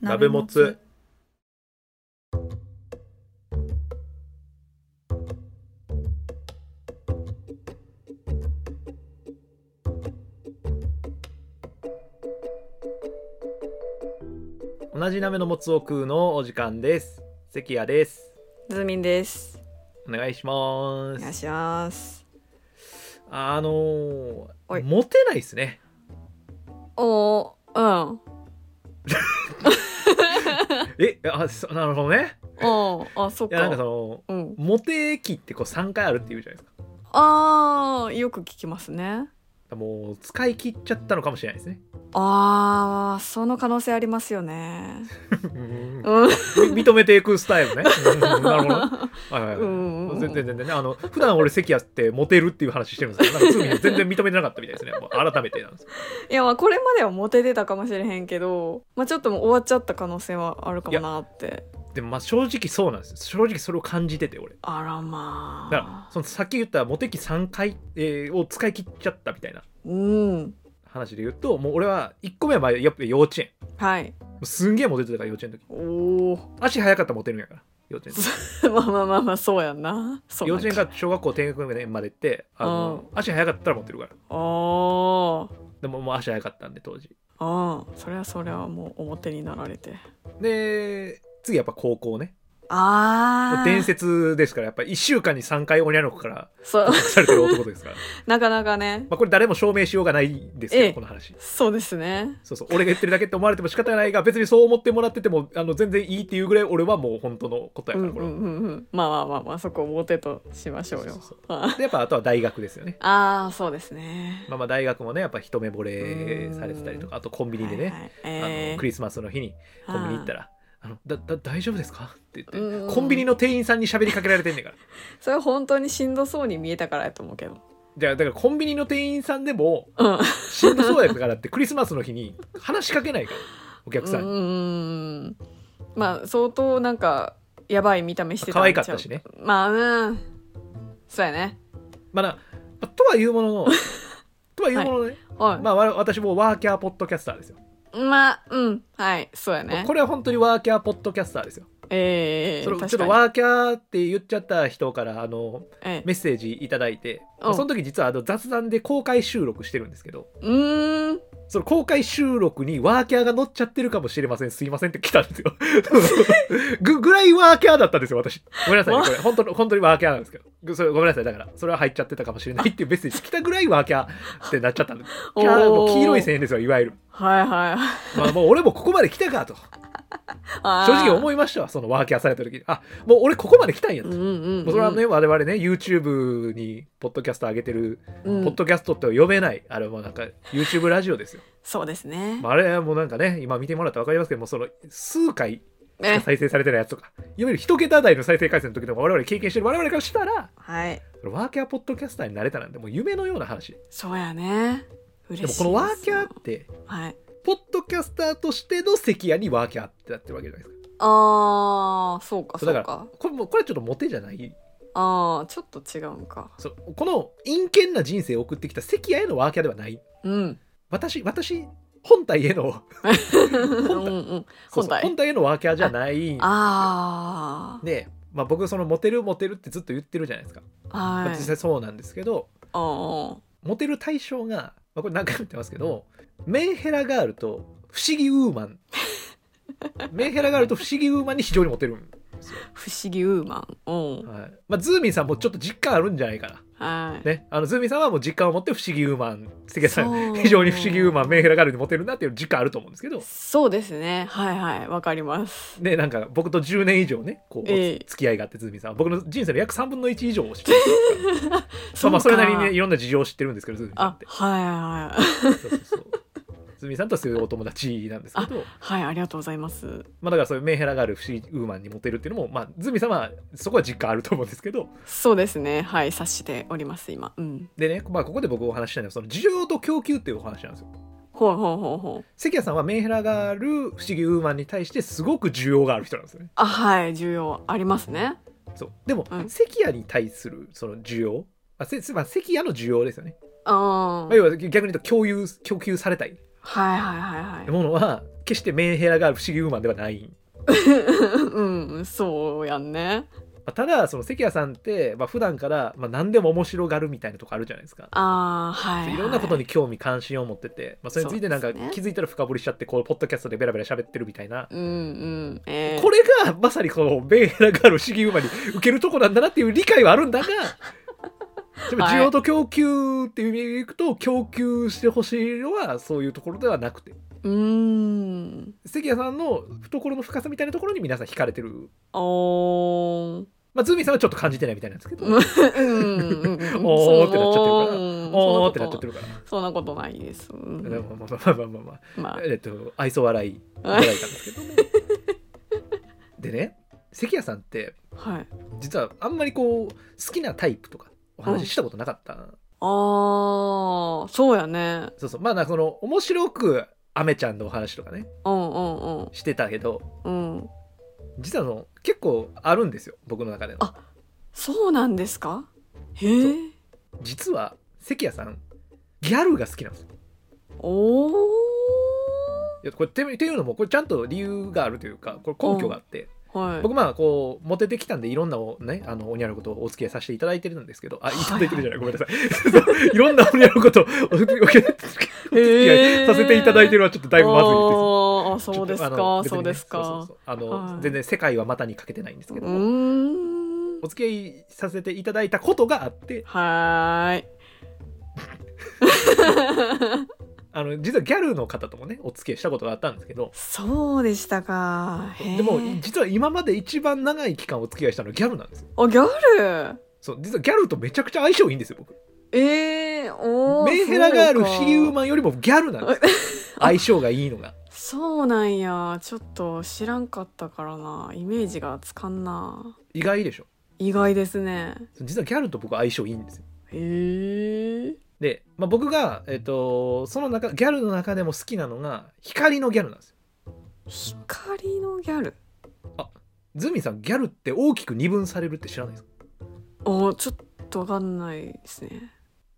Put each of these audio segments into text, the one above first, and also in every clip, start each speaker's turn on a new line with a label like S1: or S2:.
S1: 鍋もつ同じ鍋のもつを食うのお時間です関谷です
S2: ズミンです
S1: お願いしま
S2: お願い
S1: す
S2: します
S1: あの
S2: おい
S1: ー、モテないですね
S2: おーうん
S1: えあそなるほどね
S2: おーあそっ
S1: い
S2: か
S1: やなんかその
S2: うん、
S1: モテ期ってこう3回あるっていうじゃないですか
S2: あーよく聞きますね
S1: もう使い切っちゃったのかもしれないですね
S2: あーその可能性ありますよね
S1: うん
S2: うん
S1: 認めていくスタイルね。うんなるほどね。はいはいはい。
S2: うんうん
S1: 全然全然ね。あの、普段俺関谷ってモテるっていう話してるんですけど、なんか罪全然認めてなかったみたいですね。もう改めてなんですけど
S2: いやまあこれまではモテてたかもしれへんけど、まあ、ちょっともう終わっちゃった可能性はあるかもなって
S1: でもまあ正直そうなんですよ。正直それを感じてて俺。
S2: あら
S1: だから
S2: まあ
S1: そのさっき言ったモテ期3回、えーを使い切っちゃったみたいな
S2: うん
S1: 話で言うと、もう俺は1個目はまあやっぱ幼稚園。
S2: はい
S1: もうすんげえモテてたから幼稚園の時。
S2: おお
S1: 足早かったらモテるんやから。幼稚園
S2: まあまあまあまあそうやんなそう
S1: 幼
S2: なん
S1: 稚園から小学校低学年まで行ってあの足早かったらモテるから
S2: お
S1: でももう足早かったんで当時
S2: ああそれはそれはもう表になられて
S1: で次やっぱ高校ね
S2: あ
S1: もう
S2: あ
S1: 伝説ですからやっぱ1週間に3回親の子から
S2: そう
S1: 隠されてる男ですから、
S2: なかなかね
S1: まあ、これ誰も証明しようがないんですけど、
S2: ええ
S1: この話
S2: そうですね
S1: そうそう俺が言ってるだけって思われても仕方がないが別にそう思ってもらっててもあの全然いいっていうぐらい俺はもう本当のことや
S2: う
S1: か
S2: ん
S1: らこ
S2: う
S1: れは、
S2: んうんうんまあまあまあまあそこをモテとしましょうよ
S1: そうそう
S2: あ
S1: でやっぱあとは大学ですよね
S2: あーそうですね
S1: まあまあ大学もねやっぱ一目惚れされてたりとかあとコンビニでね、
S2: はいはい
S1: あ
S2: え
S1: の
S2: ー
S1: クリスマスの日にコンビニ行ったら「あのだだ大丈夫ですか?」って言って、
S2: うん
S1: コンビニの店員さんに喋りかけられてんねんから
S2: それ本当にしんどそうに見えたからやと思うけど
S1: じゃあだからコンビニの店員さんでも
S2: うん
S1: しんどそうやからってクリスマスの日に話しかけないからお客さん
S2: う
S1: に、
S2: んまあ相当なんかやばい見た目してたんちゃう
S1: 可愛かったしね
S2: まあうんそうやね
S1: まあなまあとはいうも ののとはいうもののね、
S2: おい
S1: まあわ私もワーキャーポッドキャスターですよ、
S2: まあうんはいそうやね
S1: これは本当にワーキャーポッドキャスターですよ、
S2: ええ
S1: それちょっ
S2: 確か
S1: と
S2: に
S1: ワーキャーって言っちゃった人からあの
S2: ええ
S1: メッセージいただいて、まあ
S2: うん
S1: その時実はあの雑談で公開収録してるんですけど
S2: うーん
S1: その公開収録にワーキャーが乗っちゃってるかもしれませんすいませんって来たんですよ ぐぐらいワーキャーだったんですよ私ごめんなさいねこれ本当の本当にワーキャーなんですけどぐそれごめんなさいだからそれは入っちゃってたかもしれないっていうメッセージ来たぐらいワーキャーってなっちゃったんです
S2: おー
S1: キャーもう黄色い線ですよいわ ゆる
S2: はいはい
S1: まあもう俺もここまで来たかと
S2: あー
S1: 正直思いましたわそのワーキャーされた時にあもう俺ここまで来たんやと、
S2: うん
S1: も
S2: うん、うん、
S1: うそれはね我々ね YouTube にポッドキャスト上げてる、
S2: うん
S1: ポッドキャストって読めないあれはなんか YouTube ラジオですよ
S2: そうですね、
S1: まあ、あれはもうなんかね今見てもらったら分かりますけどもその数回しか
S2: ね
S1: 再生されてないやつとかいわゆる一桁台の再生回数の時とか我々経験してる我々からしたら
S2: はい
S1: ワーキャーポッドキャスターになれたなんてもう夢のような話
S2: そうやね嬉しい
S1: でも
S2: す
S1: このワーキャーって
S2: はい
S1: ポッドキャスターとしての関谷にワーキャーってなってるわけじゃないですか
S2: ああそうか
S1: そ
S2: そう
S1: だ
S2: う
S1: から
S2: か
S1: これもうこれはちょっとモテじゃない
S2: ああちょっと違うんか
S1: そうこの陰険な人生を送ってきた関谷へのワーキャーではない
S2: うん
S1: 私私本体への
S2: うんう
S1: 本体
S2: ん
S1: そうそう
S2: 本体
S1: 本体へのワーキャーじゃない
S2: あ
S1: で、まあ、僕そのモテるモテるってずっと言ってるじゃないですか
S2: あは
S1: まあ
S2: い
S1: 実際そうなんですけど、
S2: あ
S1: モテる対象が、まあ、これ何回も言ってますけど、メンヘラガールと不思議ウー マンメンヘラガールと不思議ウーマンに非常にモテるんですよ
S2: あ、不思議ウーマンうん
S1: はいまあ、ズーミンさんもちょっと実感あるんじゃないか
S2: は
S1: な、ね、あのズーミンさんはもう実感を持って不思議ウーマン関
S2: い
S1: 谷さん
S2: そう
S1: 非常に不思議ウーマンメンヘラガールにモテるなっていう実感あると思うんですけど
S2: そうですねはいはいわかります
S1: でなんか僕と10年以上ねこう、
S2: ええ
S1: 付き合いがあってズーミンさんは僕の人生の約3分の1以上を知ってるん ですよまあまあそれなりにねいろんな事情を知ってるんですけどズーミンさんっ
S2: あ
S1: て
S2: はいはいはい
S1: そうそうそう。ズミさんとはそういうお友達なんですけど、
S2: はいありがとうございます
S1: まあだからそういうメンヘラガール、不思議ウーマンにモテるっていうのも、まあズミさんはそこは実感あると思うんですけど、
S2: そうですねはい察しております今うん
S1: でね、まあここで僕お話ししたいのは、その需要と供給っていうお話なんですよ。
S2: ほうほうほうほう
S1: 関谷さんはメンヘラガール、不思議ウーマンに対してすごく需要がある人なんですよね。
S2: あはい重要ありますね
S1: そう。でも、
S2: うん
S1: 関谷に対するその需要、あせまあ、関谷の需要ですよね。
S2: うん
S1: まあ、要は逆に言うと共有、供給されたい
S2: はいはいはいはい。
S1: ものは、決してメンヘラがある不思議ウーマンではない。
S2: うん、そうやんね。
S1: まあただ、その関谷さんって、まあ、普段から、まあ、何でも面白がるみたいなとこあるじゃないですか。
S2: ああ、はい、はい。
S1: いろんなことに興味関心を持ってて、まあ、それについてなん
S2: そう
S1: か
S2: ですね
S1: 気づいたら深掘りしちゃって、こう、ポッドキャストでベラベラ喋ってるみたいな。
S2: うんうん。えー、
S1: これがまさにこのメンヘラがある不思議馬に受けるとこなんだなっていう理解はあるんだ がでも
S2: はい
S1: 需要と供給っていう意味でいくと供給してほしいのはそういうところではなくて
S2: うーん。
S1: 関谷さんの懐の深さみたいなところに皆さん惹かれてる、
S2: おー。
S1: まあ、ズーミンさんはちょっと感じてないみたいなんですけど、
S2: うんうんうん。
S1: おーってなっちゃってるからおーってなっちゃって
S2: る。
S1: るから、
S2: そんなことないです。うん
S1: でもまあまあまあまあまあ、
S2: ま
S1: えっと愛想笑いいただいたんですけどもでね関谷さんって
S2: あ、はい。
S1: 実はあんまりこう好きなタイプとかお話ししたことなかった、
S2: ああ、そうやね。
S1: そうそうまあなんかその面白くアメちゃんのお話とかね
S2: うんうんうん
S1: してたけど
S2: うん。
S1: 実はあの結構あるんですよ僕の中での
S2: あそうなんですかへえ。
S1: 実は関谷さんギャルが好きなんですよ
S2: おー。
S1: いやこれてっていうのもこれちゃんと理由があるというかこれ根拠があって、
S2: はい。
S1: 僕まあこうモテてきたんでいろんなおねあのおにゃることをお付き合いさせていただいてる んですけどあいただいてるじゃない ごめんなさいいろんなおにゃることをお付き合いさせていただいてるのはちょっとだいぶまずいです
S2: ああ、そうです
S1: ちょ
S2: か
S1: っとあの別、に
S2: そ
S1: ね
S2: うです
S1: そう
S2: か。
S1: そうそうあの、
S2: はい
S1: 全然世界は股にかけてないんです
S2: う
S1: けど、
S2: ーん
S1: お。付き合いさせていただいたことがあって
S2: はーい。
S1: あの実はギャルの方ともねお付き合いしたことがあったんですけど
S2: そうでしたか。へえ
S1: でも実は今まで一番長い期間お付き合いしたのはギャルなんですよ
S2: あ、ギャル
S1: そう実はギャルとめちゃくちゃ相性いいんですよ僕
S2: ええおー
S1: メンヘラがある不思議ウー
S2: ま
S1: マンよりもギャルなんですよ 相性がいいのが
S2: そうなんや。ちょっと知らんかったからな。イメージがつかんな。
S1: 意外でしょ
S2: 意外ですね。
S1: 実はギャルと僕相性いいんですよ
S2: へえ
S1: で、まあ、僕が、えっとその中ギャルの中でも好きなのが光のギャルなんですよ
S2: 光のギャル
S1: ズミさんギャルって大きく二分されるって知らないですか
S2: おちょっとわかんないですね。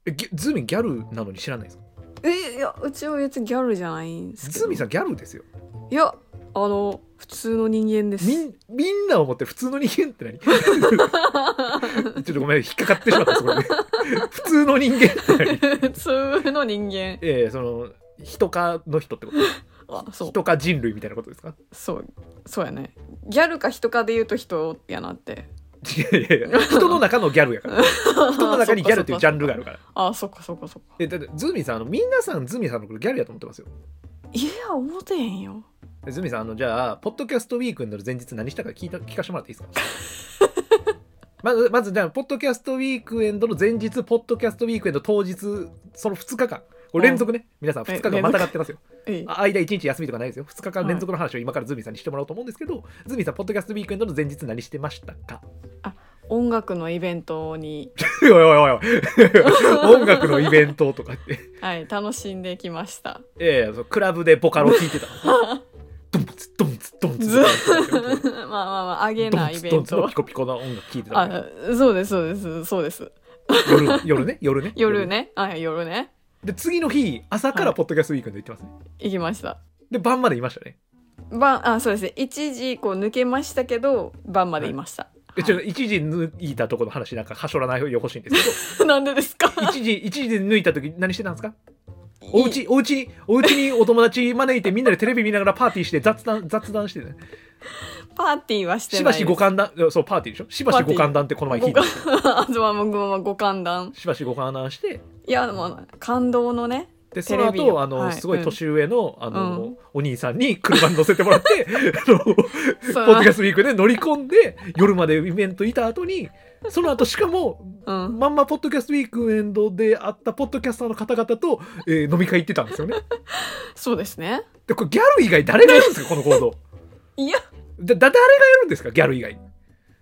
S1: えギャズーミンギャルなのに知らないですか
S2: え、いや、うちは別にギャルじゃないんですけど。
S1: ズーミンさんギャルですよ
S2: いや、あの、普通の人間です。
S1: みんみんな思ってる普通の人間って何 ちょっとごめん引っかかってしまったそこに 普通の人間って何
S2: 普通の人間。
S1: ええその人化の人ってこ
S2: あ、
S1: と
S2: そう。
S1: 人化人類みたいなことですか
S2: そう。そうやね。ギャルか人かで言うと人やなって。
S1: いやいやいや人の中のギャル やから人の中にギャルっていうジャンルがあるから
S2: あ、そっかそっかそっか。
S1: えだってズーミンさんあの皆さんズーミンさんのことギャルやと思ってますよ
S2: いや、思てへんよ。
S1: ズーミンさんあのじゃあポッドキャストウィークエンドの前日何したか聞いた聞かせてもらっていいですか まずまずじゃあポッドキャストウィークエンドの前日ポッドキャストウィークエンド当日その2日間これ連続ね皆さん2日間またがってますよ
S2: ええ
S1: あ間1日休みとかないですよ2日間連続の話を今からズーミンさんにしてもらおうと思うんですけど、ズーミンさんポッドキャストウィークエンドの前日何してました か
S2: 音楽のイベント に、
S1: おいおいおいおい音楽のイベントとかって
S2: はい、楽しんできました。
S1: ええそうクラブでボカロ聴いてたドンツドンツドンツ
S2: ずまあまあまあ、あげないイベ
S1: ド
S2: ン
S1: ンツの
S2: ト
S1: ピ。コピコの音楽聴いてたわけ
S2: あ、そうです、そうです、そうです。
S1: 夜夜ね夜ね
S2: 夜ね。はい、夜ね。
S1: で次の日朝からポッドキャストウィークエンド行ってますね、
S2: 行きました。
S1: で晩までいましたね
S2: 晩、あ、そうですね。一時、こう、抜けましたけど、晩までいました。
S1: えちょっと一時抜いたとこの話なんかはしょらないように欲しいんです
S2: はい なんでですか
S1: けど一時一時で抜いた時何してたんですかお
S2: お
S1: うちおうちおうちにお友達招いてみんなでテレビ見ながらパーティーして雑談雑談してね
S2: パーティーはして
S1: し
S2: ない
S1: ば
S2: です。
S1: しご勘談そうパーティーでしょしばしご勘談ってこの前聞いた
S2: あとはもうごご勘談。
S1: しばしご勘談して
S2: いや、もう、感動のね。
S1: でそ
S2: テ
S1: の
S2: レビ
S1: 後あの、
S2: はい
S1: すごい年上のあの、
S2: うん
S1: お兄さんに車に乗せてもらって あの
S2: そ
S1: ポッ
S2: の
S1: ドキャストウィークで乗り込んで夜までイベントいた後にその後しかも
S2: うん。
S1: まんまポッドキャストウィークエンドで会ったポッドキャスターの方々と、えー飲み会行ってたんですよね
S2: そうですね。
S1: でこれギャル以外誰がやるんですかこの行動
S2: いや、
S1: だだ誰がやるんですかギャル以外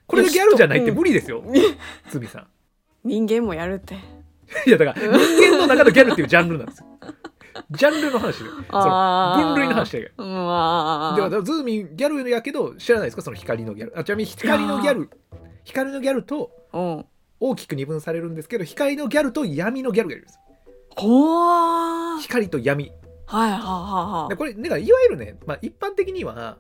S1: これがギャルじゃないって無理ですよつみさん
S2: 人間もやるって。
S1: いやだから人間の中のギャルっていうジャンルなんですよジャンルの話でその
S2: あー
S1: 分類の話だけ
S2: うん、あ
S1: では
S2: ー
S1: でもズーミンギャルやけど知らないですかその光のギャルあちなみに光のギャル光のギャルと
S2: うん。
S1: 大きく二分されるんですけど光のギャルと闇のギャルがいるんです
S2: ほー。
S1: 光と闇
S2: はいはいは
S1: で
S2: い
S1: これだからいわゆるね、まあ、一般的には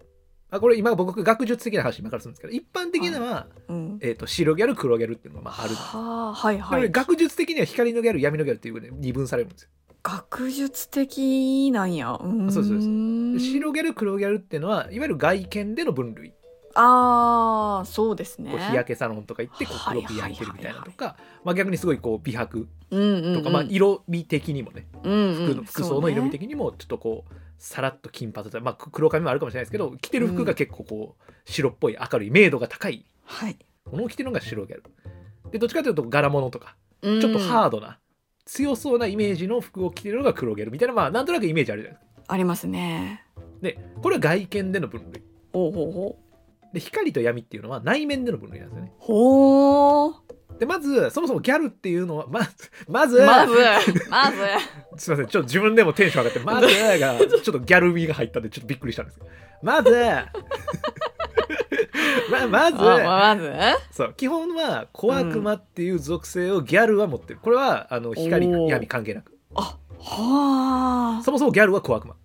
S1: あこれ今僕学術的な話今からするんですけど一般的なのは、
S2: はい。うん。
S1: えー、と白ギャル黒ギャルっていうのがまああるじゃないですか
S2: はあ、はい
S1: で
S2: は
S1: これ
S2: い。
S1: 学術的には光のギャル闇のギャルっていうね二分されるんですよ
S2: 学術的なんや。うん。
S1: そうそうそうで
S2: 白。
S1: 白ギャル黒ギャルっていうのはいわゆる外見での分類
S2: ああ、そうですね。
S1: こう日焼けサロンとか行ってこう
S2: はい
S1: 黒く焼いてるみたいなとか、まあ、逆にすごいこう美白
S2: け。うんうん、うん。
S1: とか、まあ、色味的にもね
S2: うん
S1: 服
S2: う
S1: の
S2: ん
S1: 服装の色味
S2: そうね
S1: 的にもちょっとこうさらっと金髪だ、まあ、く黒髪もあるかもしれないですけど着てる服が結構こう白っぽい明るい明度が高い
S2: はい。
S1: ものを着てるのが白ギャルでどっちかというと柄物とか
S2: ち
S1: ちょっと
S2: ー
S1: ハードな、強そうなイメージの服を着てるのが黒ギャルみたいなまあなんとなくイメージあるじゃないですか
S2: ありますね。
S1: でこれは外見での分類
S2: ほうほうほう。
S1: で光と闇っていうのは内面での分類なんですよね
S2: ほー。
S1: でまずそもそもギャルっていうのはまずまず
S2: まず、まず。
S1: すいませんちょっと自分でもテンション上が って「まず」がちょっとギャル味が入ったんでちょっとびっくりしたんですけどまず ままず
S2: あまず
S1: そう基本は小悪魔っていう属性をギャルは持ってるこれはあの光
S2: おー
S1: 闇関係なく
S2: は
S1: そもそもギャルは小悪魔
S2: あ。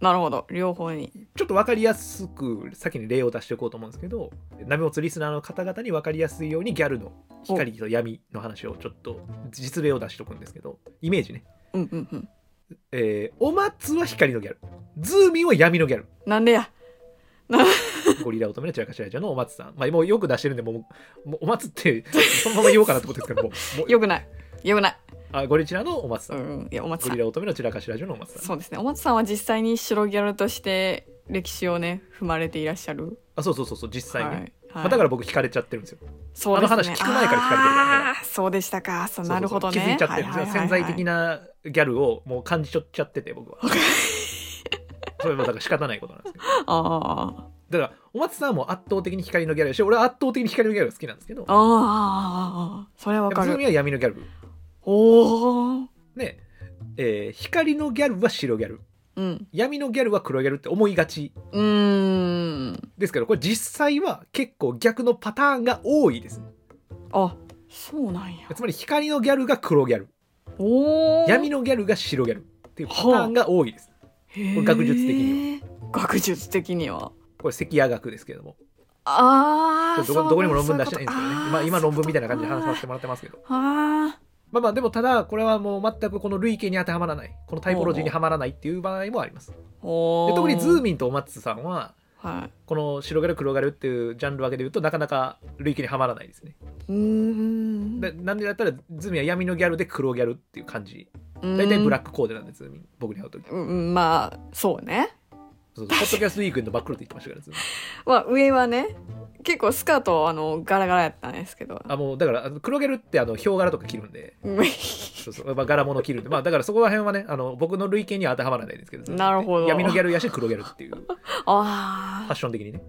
S2: なるほど。両方に。
S1: ちょっと分かりやすく先に例を出しておこうと思うんですけどナメモツリスナーの方々に分かりやすいようにギャルの光と闇の話をちょっと実例を出しておくんですけどイメージね
S2: うんうんうん。
S1: えー、お松は光のギャルズーミンは闇のギャル
S2: なんでや。
S1: ゴリラ乙女のチラカシラジオのお松さんまあもうよく出してるんでもうもうお松 ってそのまま言おうかなってことですけどもうもう
S2: よくない。よくない。
S1: あゴリチラのお松さ
S2: うんん。いや、お松
S1: ゴ
S2: さ
S1: リ
S2: ん。
S1: ラ乙女のチラカシラジオのお松さん
S2: そうですね。お松さんは実際に白ギャルとして歴史をね、踏まれていらっしゃる。
S1: あそうそうそうそう実際に、
S2: はい。
S1: まあ、だから僕惹かれちゃってるんですよ
S2: そうですね。
S1: あの話聞く前から聞かれてるから
S2: あーそうでしたか。そうなるほどね。
S1: そうそうそう気づいちゃってるんですよ、潜在的
S2: な。
S1: なギャルをもう感じちょっちゃってて僕は それもだから仕方ないことなんですけど
S2: あ
S1: だからお松さんはもう圧倒的に光のギャルやし俺は圧倒的に光のギャルが好きなんですけど
S2: あ。ああ。それはわか
S1: ズー
S2: る。
S1: ミンは闇のギャル
S2: おお。
S1: ねえー光のギャルは白ギャル
S2: うん。
S1: 闇のギャルは黒ギャルって思いがち
S2: うーん。
S1: ですけどこれ実際は結構逆のパターンが多いです
S2: あ、そうなんや。
S1: つまり光のギャルが黒ギャル
S2: おお。
S1: 闇
S2: の
S1: のギャルが白ギャルっていうパターンが多いですこれ学術的に
S2: は。学術的には。
S1: これ関谷学ですけれども
S2: あ
S1: ちょ
S2: あ。
S1: っとどこどこにも論文出して
S2: な
S1: ないいんですけどね今今論文みたいな感じで話させてもらってますけど
S2: あ
S1: まあまあでもただこれはもう全くこの類型に当てはまらないこのタイポロジーにはまらないっていう場合もありますで
S2: あ。おお。
S1: 特にズーミンとお松さんは
S2: は
S1: この白ギャル黒ギャルっていうジャンル分けで言うとなかなか類型にはまらないですね
S2: い。うーん。
S1: でなんでだったらズーミンは闇のギャルで黒ギャルっていう感じ
S2: 大
S1: 大体ブラックコーデなんでズーミン僕に会う時
S2: うんうん、まあそうね
S1: そうそうポッドキャストウィークエンド真っ黒って言ってましたからズーミン
S2: まあ上はね結構スカートあのガラガラやったんですけど
S1: あもうだからあの黒ギャルってあのヒョウ柄とか着るんで
S2: うん
S1: そうそう、まあ、柄物着るんでまあだからそこら辺はねあの僕の類型には当てはまらないですけどズーミンって
S2: なるほど
S1: 闇のギャルやし黒ギャルっていうフ
S2: あ
S1: ァッ
S2: あ
S1: ション的にね。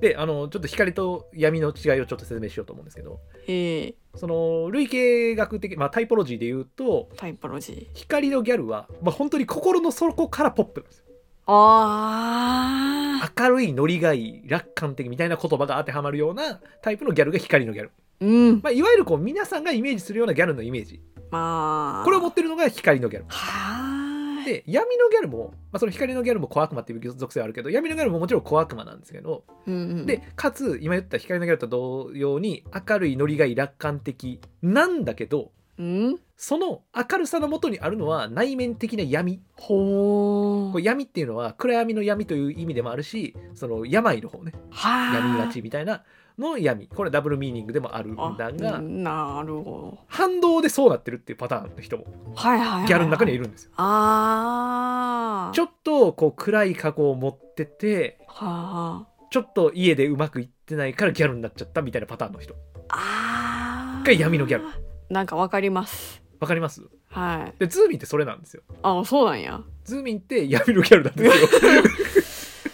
S1: であのちょっと光と闇の違いをちょっと説明しようと思うんですけど
S2: へえ
S1: その類型学的、まあ、タイポロジーで言うと
S2: タイポロジ
S1: 光のギャルは、まあ、本当に心の底からポップなんですよ
S2: ーああ
S1: 明るいノリがいい楽観的みたいな言葉が当てはまるようなタイプのギャルが光のギャル、
S2: うん
S1: まあ、いわゆるこう皆さんがイメージするようなギャルのイメージ
S2: まあ
S1: これを持ってるのが光のギャル
S2: はーい
S1: で闇のギャルも、まあ、その光のギャルも小悪魔っていう属性はあるけど闇のギャルももちろん小悪魔なんですけど
S2: うんうん
S1: でかつ今言った光のギャルと同様に明るいノリがいい楽観的なんだけど
S2: うん
S1: その明るさのもとにあるのは内面的な闇
S2: ほ
S1: こ
S2: ー
S1: れ闇っていうのは暗闇の闇という意味でもあるしその病の方ね
S2: はー
S1: 闇がちみたいなの闇これダブルミーニングでもあるん
S2: あ
S1: だが
S2: なるほ
S1: 反動でそうなってるっていうパターンの人も
S2: どはいはいはい、
S1: ギャルの中にはい
S2: いる
S1: るんですよ
S2: ああ
S1: ちょっとこう暗い過去を持ってて
S2: は
S1: ちょっと家でうまくいってないからギャルになっちゃったみたいなパターンの人
S2: ああー
S1: が闇のギャル
S2: なんかわかります
S1: わかります
S2: はい
S1: でズーミンってそれなんですよ
S2: あそうなんや
S1: ズーミンって闇のギャルなんですよ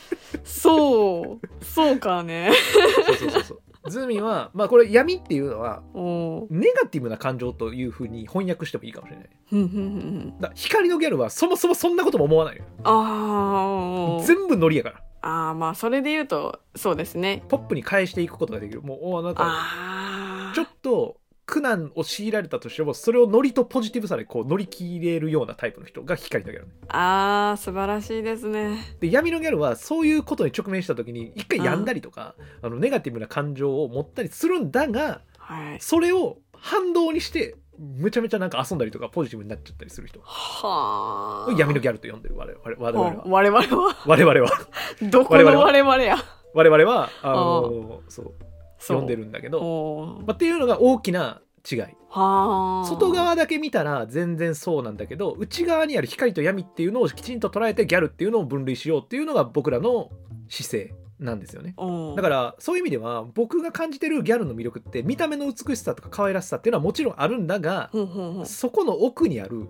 S2: そうそうかね
S1: そうそうそうそうズーミンはまあこれ闇っていうのは
S2: おー
S1: ネガティブな感情というふうに翻訳してもいいかもしれない
S2: ふんふんふんふん
S1: だ光のギャルはそもそもそんなことも思わないよ
S2: あー
S1: 全部ノリやから
S2: あーまあそれで言うとそうですね
S1: ポップに返していくことができるもうおなんか
S2: ああ
S1: ちょっと苦難を強いられたとしてもそれをノリとポジティブさでこう乗り切れるようなタイプの人が光だけどね
S2: あー素晴らしいですね
S1: で闇のギャルはそういうことに直面した時に一回病んだりとか、あのネガティブな感情を持ったりするんだが
S2: はい
S1: それを反動にしてめちゃめちゃなんか遊んだりとかポジティブになっちゃったりする人
S2: はあ
S1: 闇のギャルと呼んでる我々我々は
S2: 我々は
S1: 我々は
S2: どこの我々や
S1: 我々はあのそう
S2: そう
S1: 呼んでるんだけど、
S2: おー
S1: まあ、っていうのが大きな違い
S2: はあ
S1: 外側だけ見たら全然そうなんだけど内側にある光と闇っていうのをきちんと捉えてギャルっていうのを分類しようっていうのが僕らの姿勢なんですよねだかららそういう意味では僕が感じてるギャルの魅力って見た目の美しさとか可愛らしさっていうのはもちろんあるんだが
S2: ほんほんほんう
S1: そこの奥にある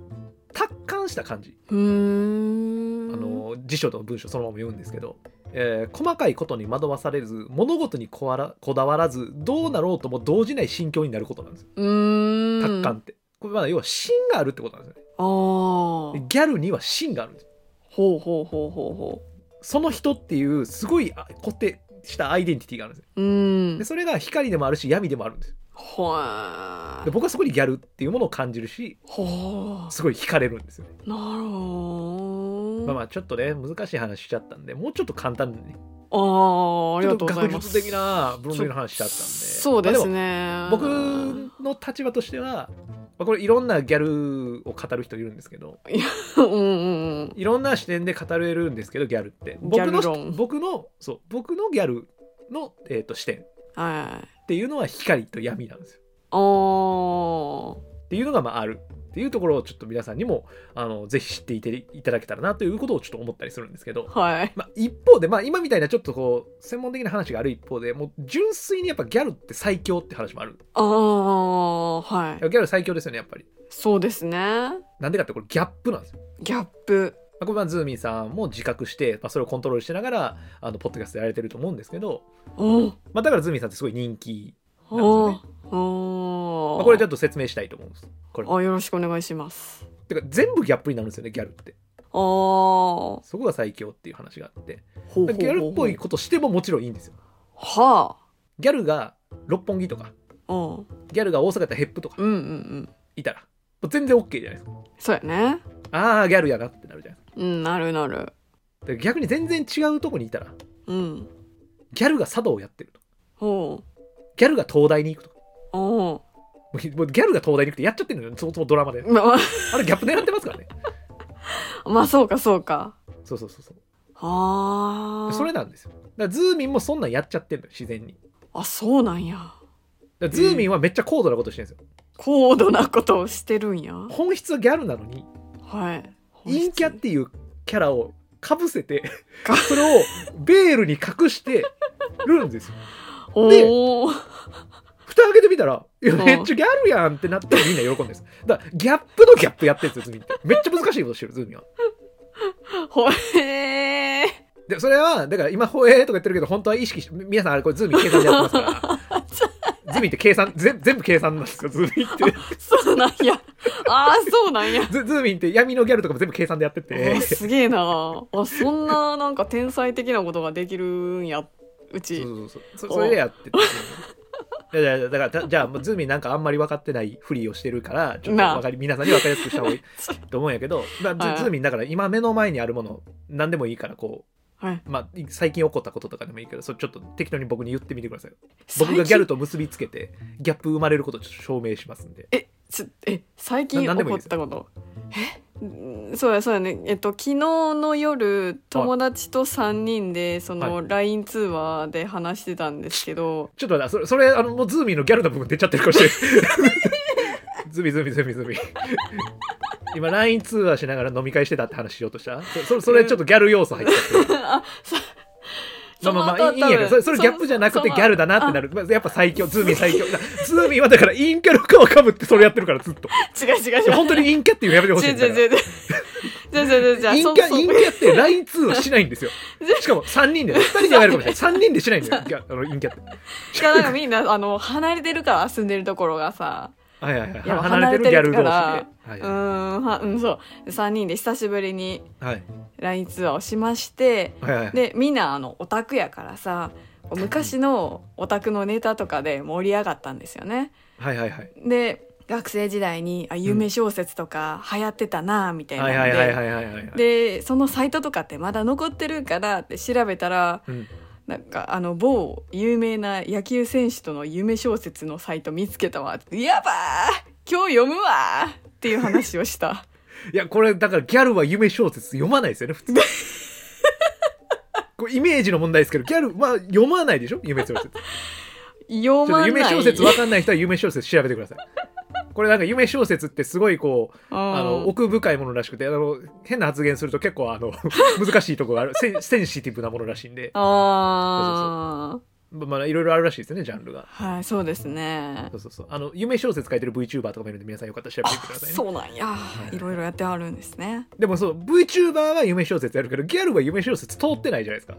S1: 達観した感じあ
S2: ーん
S1: の辞書と文章そのまま読むんですけど、えー細かいことに惑わされず物事にこわらこだわらずどうなろうとも動じない心境になることなんですよ
S2: うーん
S1: 達観って。これまあ要は芯があるってことなんですよね
S2: ああ
S1: でギャルには芯があるんです
S2: ほうほうほうほうほ
S1: その人っていうすごいあ固定したアイデンティティがあるんですよ
S2: ううーん
S1: でそれが光でもあるし闇でもあるんです
S2: ほあ
S1: で僕はそこにギャルっていうものを感じるし
S2: ほ
S1: すごい惹かれるんですよね、
S2: うなるほど
S1: まあまあちょっとね難しい話しちゃったんでもうちょっと簡単にね
S2: あああり
S1: ちょ
S2: が
S1: っと
S2: とうござい
S1: 学
S2: ます
S1: 術的な分類の話しちゃったんで
S2: そうです
S1: ま
S2: ね
S1: あ、でも僕の立場としてはまあこれいろんなギャルを語る人いるんですけど
S2: 僕うんうんうん
S1: いろんな視点で語れるんですけどギャルって
S2: ギャ
S1: 僕
S2: ル
S1: の
S2: 論
S1: 僕のそう僕のギャルの、えー、と視点
S2: はい
S1: っていうのは光と闇なんですよ。
S2: あー
S1: っていうのがまああるっていうところをちょっと皆さんにもあのぜひ知っていていただけたらなということをちょっと思ったりするんですけど、
S2: はい
S1: まあ、一方で、まあ、今みたいなちょっとこう専門的な話がある一方でもう純粋にやっぱギャルって最強って話もある
S2: ああは
S1: ギャル最強ですよねやっぱり
S2: いそうですね
S1: なんでかってこれギャップなんですよ。ま
S2: ギャップ
S1: あこれはズーミンさんも自覚して、まあ、それをコントロールしながらあのポッドキャストやられてると思うんですけど、
S2: おー
S1: まあ、だからズーミンさんってすごい人気、
S2: お
S1: なん
S2: ー
S1: ま
S2: おー
S1: あ、これちょっと説明したいと思うんですこれ
S2: あよろしくお願いします
S1: てか全部ギャップになるんですよねギャルって
S2: あーほ
S1: そこが最強っていう話があって
S2: うほうほうほう
S1: ギャルっぽいことしてももちろんいいんですよ。
S2: は
S1: ギャルが六本木とか、
S2: あうん
S1: ギャルが大阪やったらヘップとか
S2: うんうんうん
S1: いたら、もう全然 OK じゃないですか。
S2: そうやね
S1: ああ、ギャルやなってなるじゃないです
S2: うんなるなる
S1: か。で逆に全然違うとこにいたら、
S2: うん
S1: ギャルが茶道をやってるとか。
S2: ほう
S1: ギャルが東大に行くとか。
S2: お
S1: もうもうギャルが東大に行くってやっちゃってるのよ、そもそもドラマで。
S2: ーま
S1: あれギャップ狙ってますからね。
S2: あまあそうかそうか
S1: そうそうそうそう。
S2: ああ
S1: それなんですよ。だからズーミンもそんなんやっちゃってるのよ、自然に。
S2: あそうなんや
S1: だからズーミンはめっちゃ高度なことしてるんですよ。
S2: 高度なことをしてるんや
S1: 本質はギャルなのに、
S2: はい
S1: 陰キャっていうキャラをかぶせて
S2: か
S1: それをベールに隠してるんですよで
S2: おお
S1: 蓋開けてみたらいや
S2: うん
S1: めっちゃギャルやんってなってみんな喜んでるんですだからギャップのギャップやってるんですよズミってめっちゃ難しいことしてるズミは
S2: ほえー
S1: でそれはだから今「ほえー」とか言ってるけど本当は意識してみ皆さんあれこれズミ計算でやって ますからズミって計算ぜ全部計算なんですよズミって
S2: そうなんやあーそうなんや
S1: ズズミって闇のギャルとかも全部計算でやってて
S2: おすげえなあそんななんか天才的なことができるんやうち
S1: そうそうそうそそれでやってて。いやいやだからたじゃあもうズーミンなんかあんまり分かってないふりをしてるからちょっと
S2: なあ
S1: わかり皆さんに分かりやすくした 方がいいと思うんやけどだ
S2: はいはい
S1: ズズーミンだから今目の前にあるもの何でもいいからこ
S2: はい、
S1: う、まあ、最近起こったこととかでもいいけどそれちょっと適当に僕に言ってみてください僕がギャルと結びつけてギャップ生まれることをちょっと証明しますんで
S2: えちょえ最近
S1: ななんで
S2: 起
S1: もいい
S2: こっ
S1: です
S2: たことえうんそうやそうやねえっと昨日の夜友達と3人でそ
S1: は
S2: の LINE 通話で話してたんです けど、
S1: ちょっと待ってそれそれあのもうズーミンのギャルの部分出ちゃってるかもしれないズミズミズミズミ 今 LINE 通話しながら飲み会してたって話しようとしたそそれそれちょっとギャル要素入っちゃってる
S2: あそ
S1: まあまあ
S2: その後
S1: まあ
S2: はい
S1: いいんやけどそれそれギャップじゃなくてギャルだなってなるまあやっぱ最強ズーミン最強だズーミンはだから陰キャの顔かぶってそれやってるからずっと
S2: 違う違う
S1: いや
S2: 違う
S1: 本当に陰キャっていうのやめてほし
S2: 違
S1: いんだから
S2: う違う違う 違う違う違う違う
S1: 陰キ
S2: そ
S1: ャ
S2: うそう
S1: 陰キャって LINE 通話しないんですよしかも3人でね2人でやるかもしれない3人でしないんだよギャあの陰キャって
S2: いやなんかみんなあの離れてるから住んでるところがさ
S1: はいはいはい
S2: いや
S1: 離れてるギャル同士で、
S2: 離れ
S1: はいは
S2: うんはうんそう3人で久しぶりに
S1: い
S2: LINE ツアーをしまして
S1: はいはい
S2: でみんなあのオタクやからさ昔のオタクのネタとかで盛り上がったんですよね。
S1: はいはいはい
S2: で学生時代にあ夢小説とか流行ってたなみたいな
S1: は
S2: の
S1: い
S2: で、
S1: はいはいはいはいはいはい
S2: でそのサイトとかってまだ残ってるからって調べたら
S1: うん
S2: なんかあの某有名な野球選手との夢小説のサイト見つけたわやばー今日読むわーっていう話をした
S1: いやこれだからギャルは夢小説読まないですよね普通これイメージの問題ですけどギャルは読まないでしょ夢小説
S2: 読
S1: ちょっ
S2: まな
S1: と
S2: い
S1: 夢小説わかんない人は夢小説調べてください。これなんか夢小説ってすごいこう、
S2: うん
S1: あの奥深いものらしくてあの変な発言すると結構あ の難しいところがあるセンセンシティブなものらしいんで
S2: あ
S1: ままあいろいろあるらしいですよねジャンルが
S2: あ。はいそうですね
S1: そうそうそうあの夢小説書いてる VTuber とかもいるんで皆さんよかったら調べてみてくださいね
S2: そうなんやいろいろやってあるんですね
S1: でもそう VTuber は夢小説やるけどギャルは夢小説通ってないじゃないですか、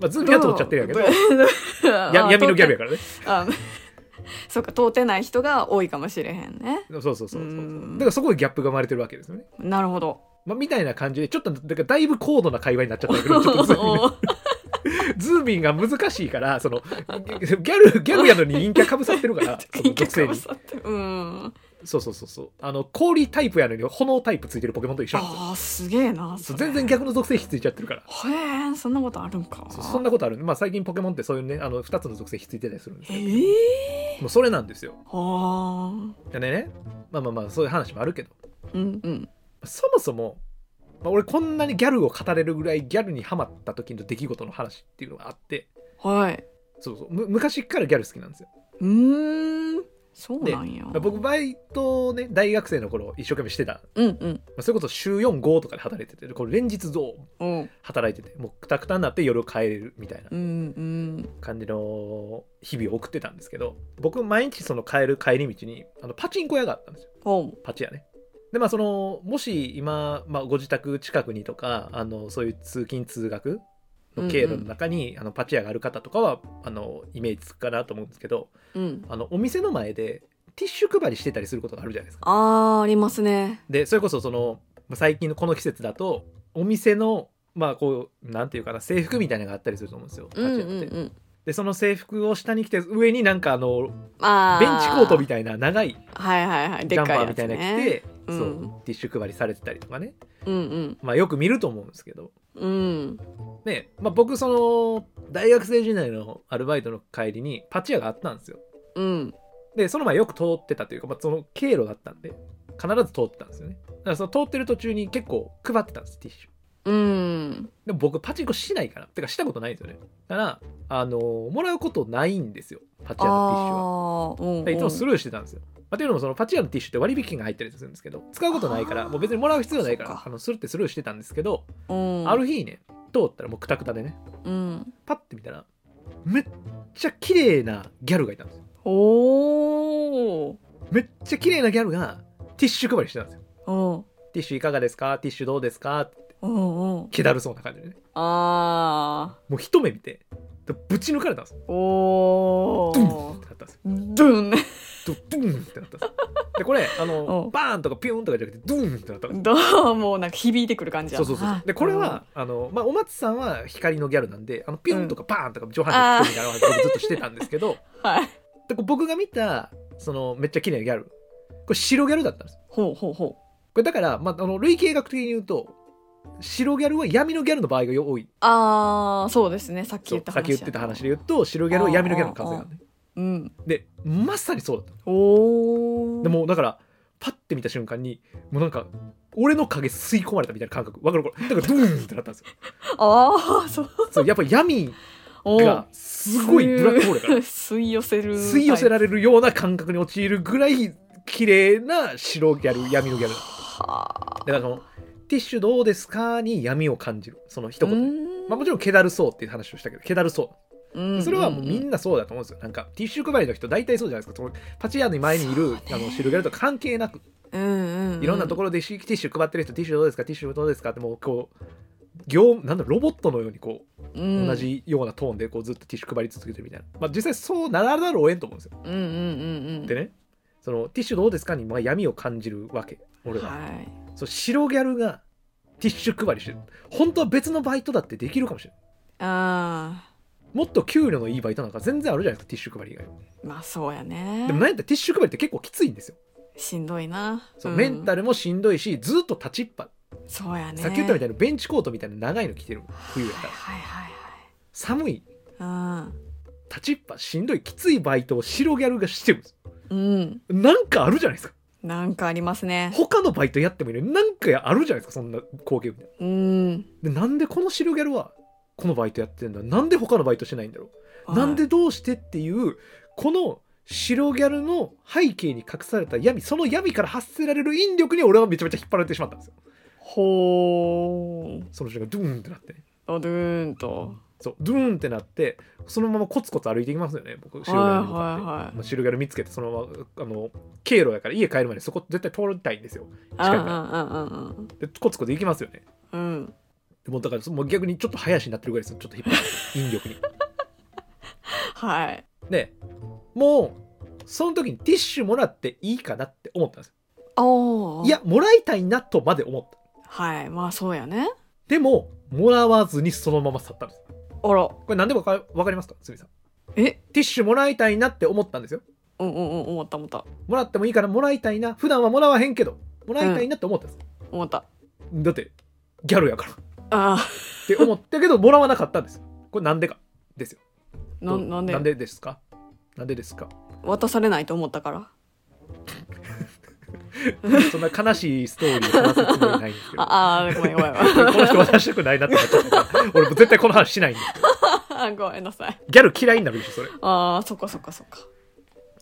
S1: まあ、ズームは通っちゃってるんやけど
S2: や
S1: や闇のギャルやからね
S2: あ そうか通ってない人が多いかもしれへんね
S1: そうそうそうそう
S2: う
S1: だ
S2: ん
S1: からそこでギャップが生まれてるわけですよね
S2: なるほど
S1: まあ、みたいな感じで、ちょっと、だからだいぶ高度な会話になっちゃったけど、ちょっとズーミン ズーミンが難しいから、その、ギャル、ギャルやのに陰キャかぶさってる から、その属性に。
S2: うん
S1: そうそうそうそう。あの、氷タイプやのに炎タイプついてるポケモンと一緒なんですよ
S2: ああすげえな
S1: そ
S2: そうれ
S1: 全然逆の属性ひついちゃってるから。
S2: へえそんなことあるんか
S1: そうそんなことあるんで、まあ最近ポケモンってそういうね、あの、二つの属性ひついてたりするんです
S2: え
S1: けど、
S2: ー、
S1: もうそれなんですよ。
S2: はあ
S1: でね、まあまあまあ、そういう話もあるけど、
S2: うんうん
S1: そもそも、まあ、俺こんなにギャルを語れるぐらいギャルにハマった時の出来事の話っていうのがあって、
S2: はい
S1: そうそうむ昔っからギャル好きなんですよ
S2: うーんそうなんや
S1: 僕バイトをね大学生の頃一生懸命してた、ま
S2: うんうん
S1: あ、それこそ週45とかで働いててこれ連日どう
S2: おう
S1: 働いててもうくたくたになって夜帰れるみたいな
S2: うんうん
S1: 感じの日々を送ってたんですけど僕毎日その帰る帰り道にあのパチンコ屋があったんですよ
S2: おう
S1: パチ屋ねでまあそのもし今、まあ、ご自宅近くにとかあのそういう通勤通学の経路の中に、あのパチ屋がある方とかはあのイメージつくかなと思うんですけど
S2: うん
S1: あのお店の前でティッシュ配りしてたりすることがあるじゃないですか。
S2: あーありますね
S1: でそれこそそのまあ最近のこの季節だとお店のまあこうなんていうかな制服みたいなのがあったりすると思うんですよ。
S2: うんうん
S1: 立ち寄って
S2: うん
S1: でその制服を下に着て上になんかあの
S2: あ
S1: ベンチコートみ
S2: た
S1: たいな長い
S2: いはいはいはい
S1: ジ
S2: で
S1: ャ
S2: っ
S1: ン
S2: か
S1: パー
S2: いや
S1: み
S2: つ
S1: たいなの着
S2: ね
S1: て、
S2: うん
S1: そうティッシュ配りされてたりとかね、
S2: うん
S1: まあ、よく見ると思うんですけど、
S2: うんうん
S1: ねまあ、僕その大学生時代のアルバイトの帰りにパチ屋があったんですよ。
S2: うん
S1: でその前よく通ってたというか、まあ、その経路だったんで必ず通ってたんですよねだからその通ってる途中に結構配ってたんですティッシュ
S2: うん
S1: でも僕パチンコしないからてかしたことないんですよねだからあのーもらうことないんですよパチ屋のティッシュは
S2: ああう
S1: だ
S2: ん
S1: からいつもス
S2: る
S1: ルーしてたんですよ、まあ、というのもそのパチ屋のティッシュって割引券が入ったりするんですけど使うことないから
S2: あー
S1: もう別にもらう必要ないから
S2: そっか
S1: あのスルってスルーしてたんですけど、
S2: うん
S1: ある日ね通ったらもうクタクタでね
S2: うん
S1: パッて見たらめっちゃ綺麗なギャルがいたんですよ
S2: おー
S1: めっちゃ綺麗なギャルがティッシュ配りしてたんですよ
S2: お
S1: ティッシュいかがですかティッシュどうですかって
S2: うんうん
S1: 気だるそうな感じでね。
S2: あ
S1: もう一目見て、でぶち抜かれたんですよ。
S2: ーお
S1: ドゥンっ
S2: ー
S1: てなったんですよ。
S2: ドゥン
S1: ドドゥンってなったんですよ。で、これ、あ
S2: う
S1: の
S2: ん、
S1: バーンとかピューンとかじゃなくて、ドゥンってなったんですよ。
S2: どうもなんか響いてくる感じや
S1: そう
S2: な
S1: そうそう。で、これは、あの、まあ、お松さんは光のギャルなんで、あの、ピューンとかバーンとか上半身みたいなのを僕ずっとしてたんですけど、
S2: うんはい
S1: でこう僕が見た、その、めっちゃ綺麗なギャル、これ白ギャルだったんですよ。
S2: ほうほうほう
S1: これだから、まあ、あの、類型学的に言うと、白ギャルは闇のギャルの場合が多い。
S2: あーそうですねさっき
S1: そ
S2: 言
S1: う
S2: った話
S1: さっき言ってた話で言うと、白ギャルは闇のギャルの感性なんで。
S2: うん
S1: でまさにそうだった
S2: おお
S1: でもうだからパッて見た瞬間にもうなんか俺の影吸い込まれたみたいな感覚わかるこれだから ドゥーンってなったんですよ
S2: ああそう
S1: そうやっぱ闇
S2: おー
S1: がすごいブラックホールやから
S2: 吸い寄せる
S1: 吸い寄せられるような感覚に陥るぐらい綺麗な白ギャル闇のギャルだったでだからそのティッシュどうですかに闇を感じるその一言でまあ、もちろん気だるそうっていう話をしたけど気だるそう
S2: ろ
S1: それはもうみんなそうだと思うんですよ。なんかティッシュ配りの人大体そうじゃないですか。そのパチ屋の前にいるあのシルギャルとか関係なく、いろんなとこ
S2: ろ
S1: ろでしティッシュ配ってる人、ティッシュどうですか、ティッシュどうですかってもうこう、業なんだロボットのようにこう、同じようなトーンでこうずっとティッシュ配り続けてるみたいな。まあ実際そうならざるを得んと思うんですよ。
S2: うんうんうんうん
S1: でね、そそのティッシュどうですかに、まあ、闇を感じるわけ俺は、
S2: はい
S1: その白ギャルがティッシュ配りしてる本当は別のバイトだってできるかもしれない
S2: あ
S1: もっと給料のいいバイトなんか全然あるじゃないですかティッシュ配り以外は
S2: ーまあそうやね
S1: でもなんやったらティッシュ配りって結構きついんですよ
S2: しんどいな
S1: そう、
S2: うん
S1: メンタルもしんどいしずっと立ちっぱ
S2: そうやね
S1: さっき言ったみた
S2: い
S1: いなベンチコートみたいな長いの着てる冬やから
S2: はいはい
S1: 寒い
S2: はい
S1: 立ちっぱしんどいきついバイトを白ギャルがしてるんです
S2: うんうん
S1: なんかあるじゃないですか
S2: なんかありますね
S1: 他のバイトやってもいいのになんかあるじゃないですかそんな光景みたいな
S2: うん
S1: でなんでこの白ギャルはこのバイトやってんだなんで他のバイトしてないんだろう
S2: はい
S1: なんでどうしてっていうこの白ギャルの背景に隠された闇その闇から発せられる引力に俺はめちゃめちゃ引っ張られてしまったんですよ
S2: ほー
S1: その人がドゥーンってなってね
S2: ドドゥーンと
S1: そうドゥーンってなってそのままコツコツ歩いていきますよね僕白ギャルに向かって、
S2: はいはいはい
S1: まあ白ギャル見つけてそのままあの経路やから家帰るまでそこ絶対通りたいんですよ
S2: あ
S1: 近
S2: ん
S1: いか
S2: あん
S1: ら
S2: あんあん
S1: でコツコツ行きますよね
S2: あんうん
S1: でもうだからそもう逆にちょっと早足になってるぐらいですよちょっと引っ張られて引力に
S2: はい
S1: でもうその時にティッシュもらっていいかなって思ったんですよ
S2: おー
S1: いやもらいたいなとまで思った
S2: はいまあそうやね
S1: でももらわずにそのまま去ったんです
S2: あら
S1: これ何でわかわかりますか鷲見さん
S2: え
S1: ティッシュもらいたいなって思ったんですよ
S2: うんうんうん思った思った
S1: もらってもいいかなもらいたいな普段はもらわへんけどもらいたいなって思ったんです、
S2: 思った
S1: だってギャルやからっ
S2: あ
S1: て思ったけどもらわなかったんですよこれなんでかですよ
S2: ーななんで
S1: なんでですかなんでですか
S2: 渡されないと思ったから
S1: そんな悲しいストーリーを話すつもりないんですけど
S2: ああーごめんごめん
S1: この人渡したくないなってなっちゃったから俺も絶対この話しないんですけど
S2: ごめんごめんなさい
S1: ギャル嫌いになるでしょそれい
S2: ああそっかそっかそっか、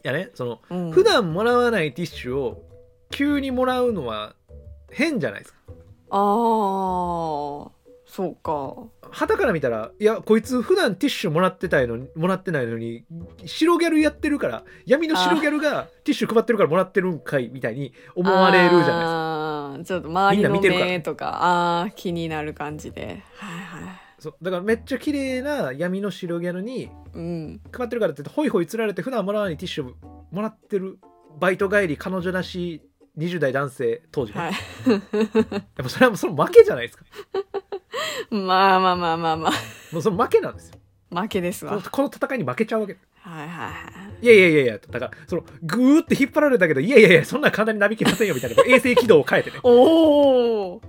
S1: やねその
S2: うん、
S1: 普段もらわないティッシュを急にもらうのは変じゃないですか
S2: ああそうか
S1: 旗から見たらいやこいつ普段ティッシュもらってたいのにもらってないのに白ギャルやってるから闇の白ギャルがティッシュ配ってるからもらってるんかいみたいに思われるじゃないですか
S2: ないですかちょっと周
S1: みん
S2: り
S1: な
S2: の
S1: 見てるから
S2: 目とかああー気になる感じではいはい
S1: そうだからめっちゃ綺麗な闇の白ギャルに
S2: うん
S1: 配ってるからって言ってホイホイ釣られて普段もらわないティッシュもらってるバイト帰り彼女らしい20代男性当時ね、
S2: はい
S1: でもそれはもうその負けじゃないですか。
S2: まあまあまあまあま
S1: もうその負けなんですよ。
S2: あ負けです
S1: こ
S2: わ
S1: のこの戦いに負けちゃうわけ。
S2: はいはいはい
S1: いやいやいやいや、だから、その、ぐーって引っ張られたけど、いやいやいや、そんな簡単になびきませんよみたいな、こう衛星軌道を変えてね、
S2: おお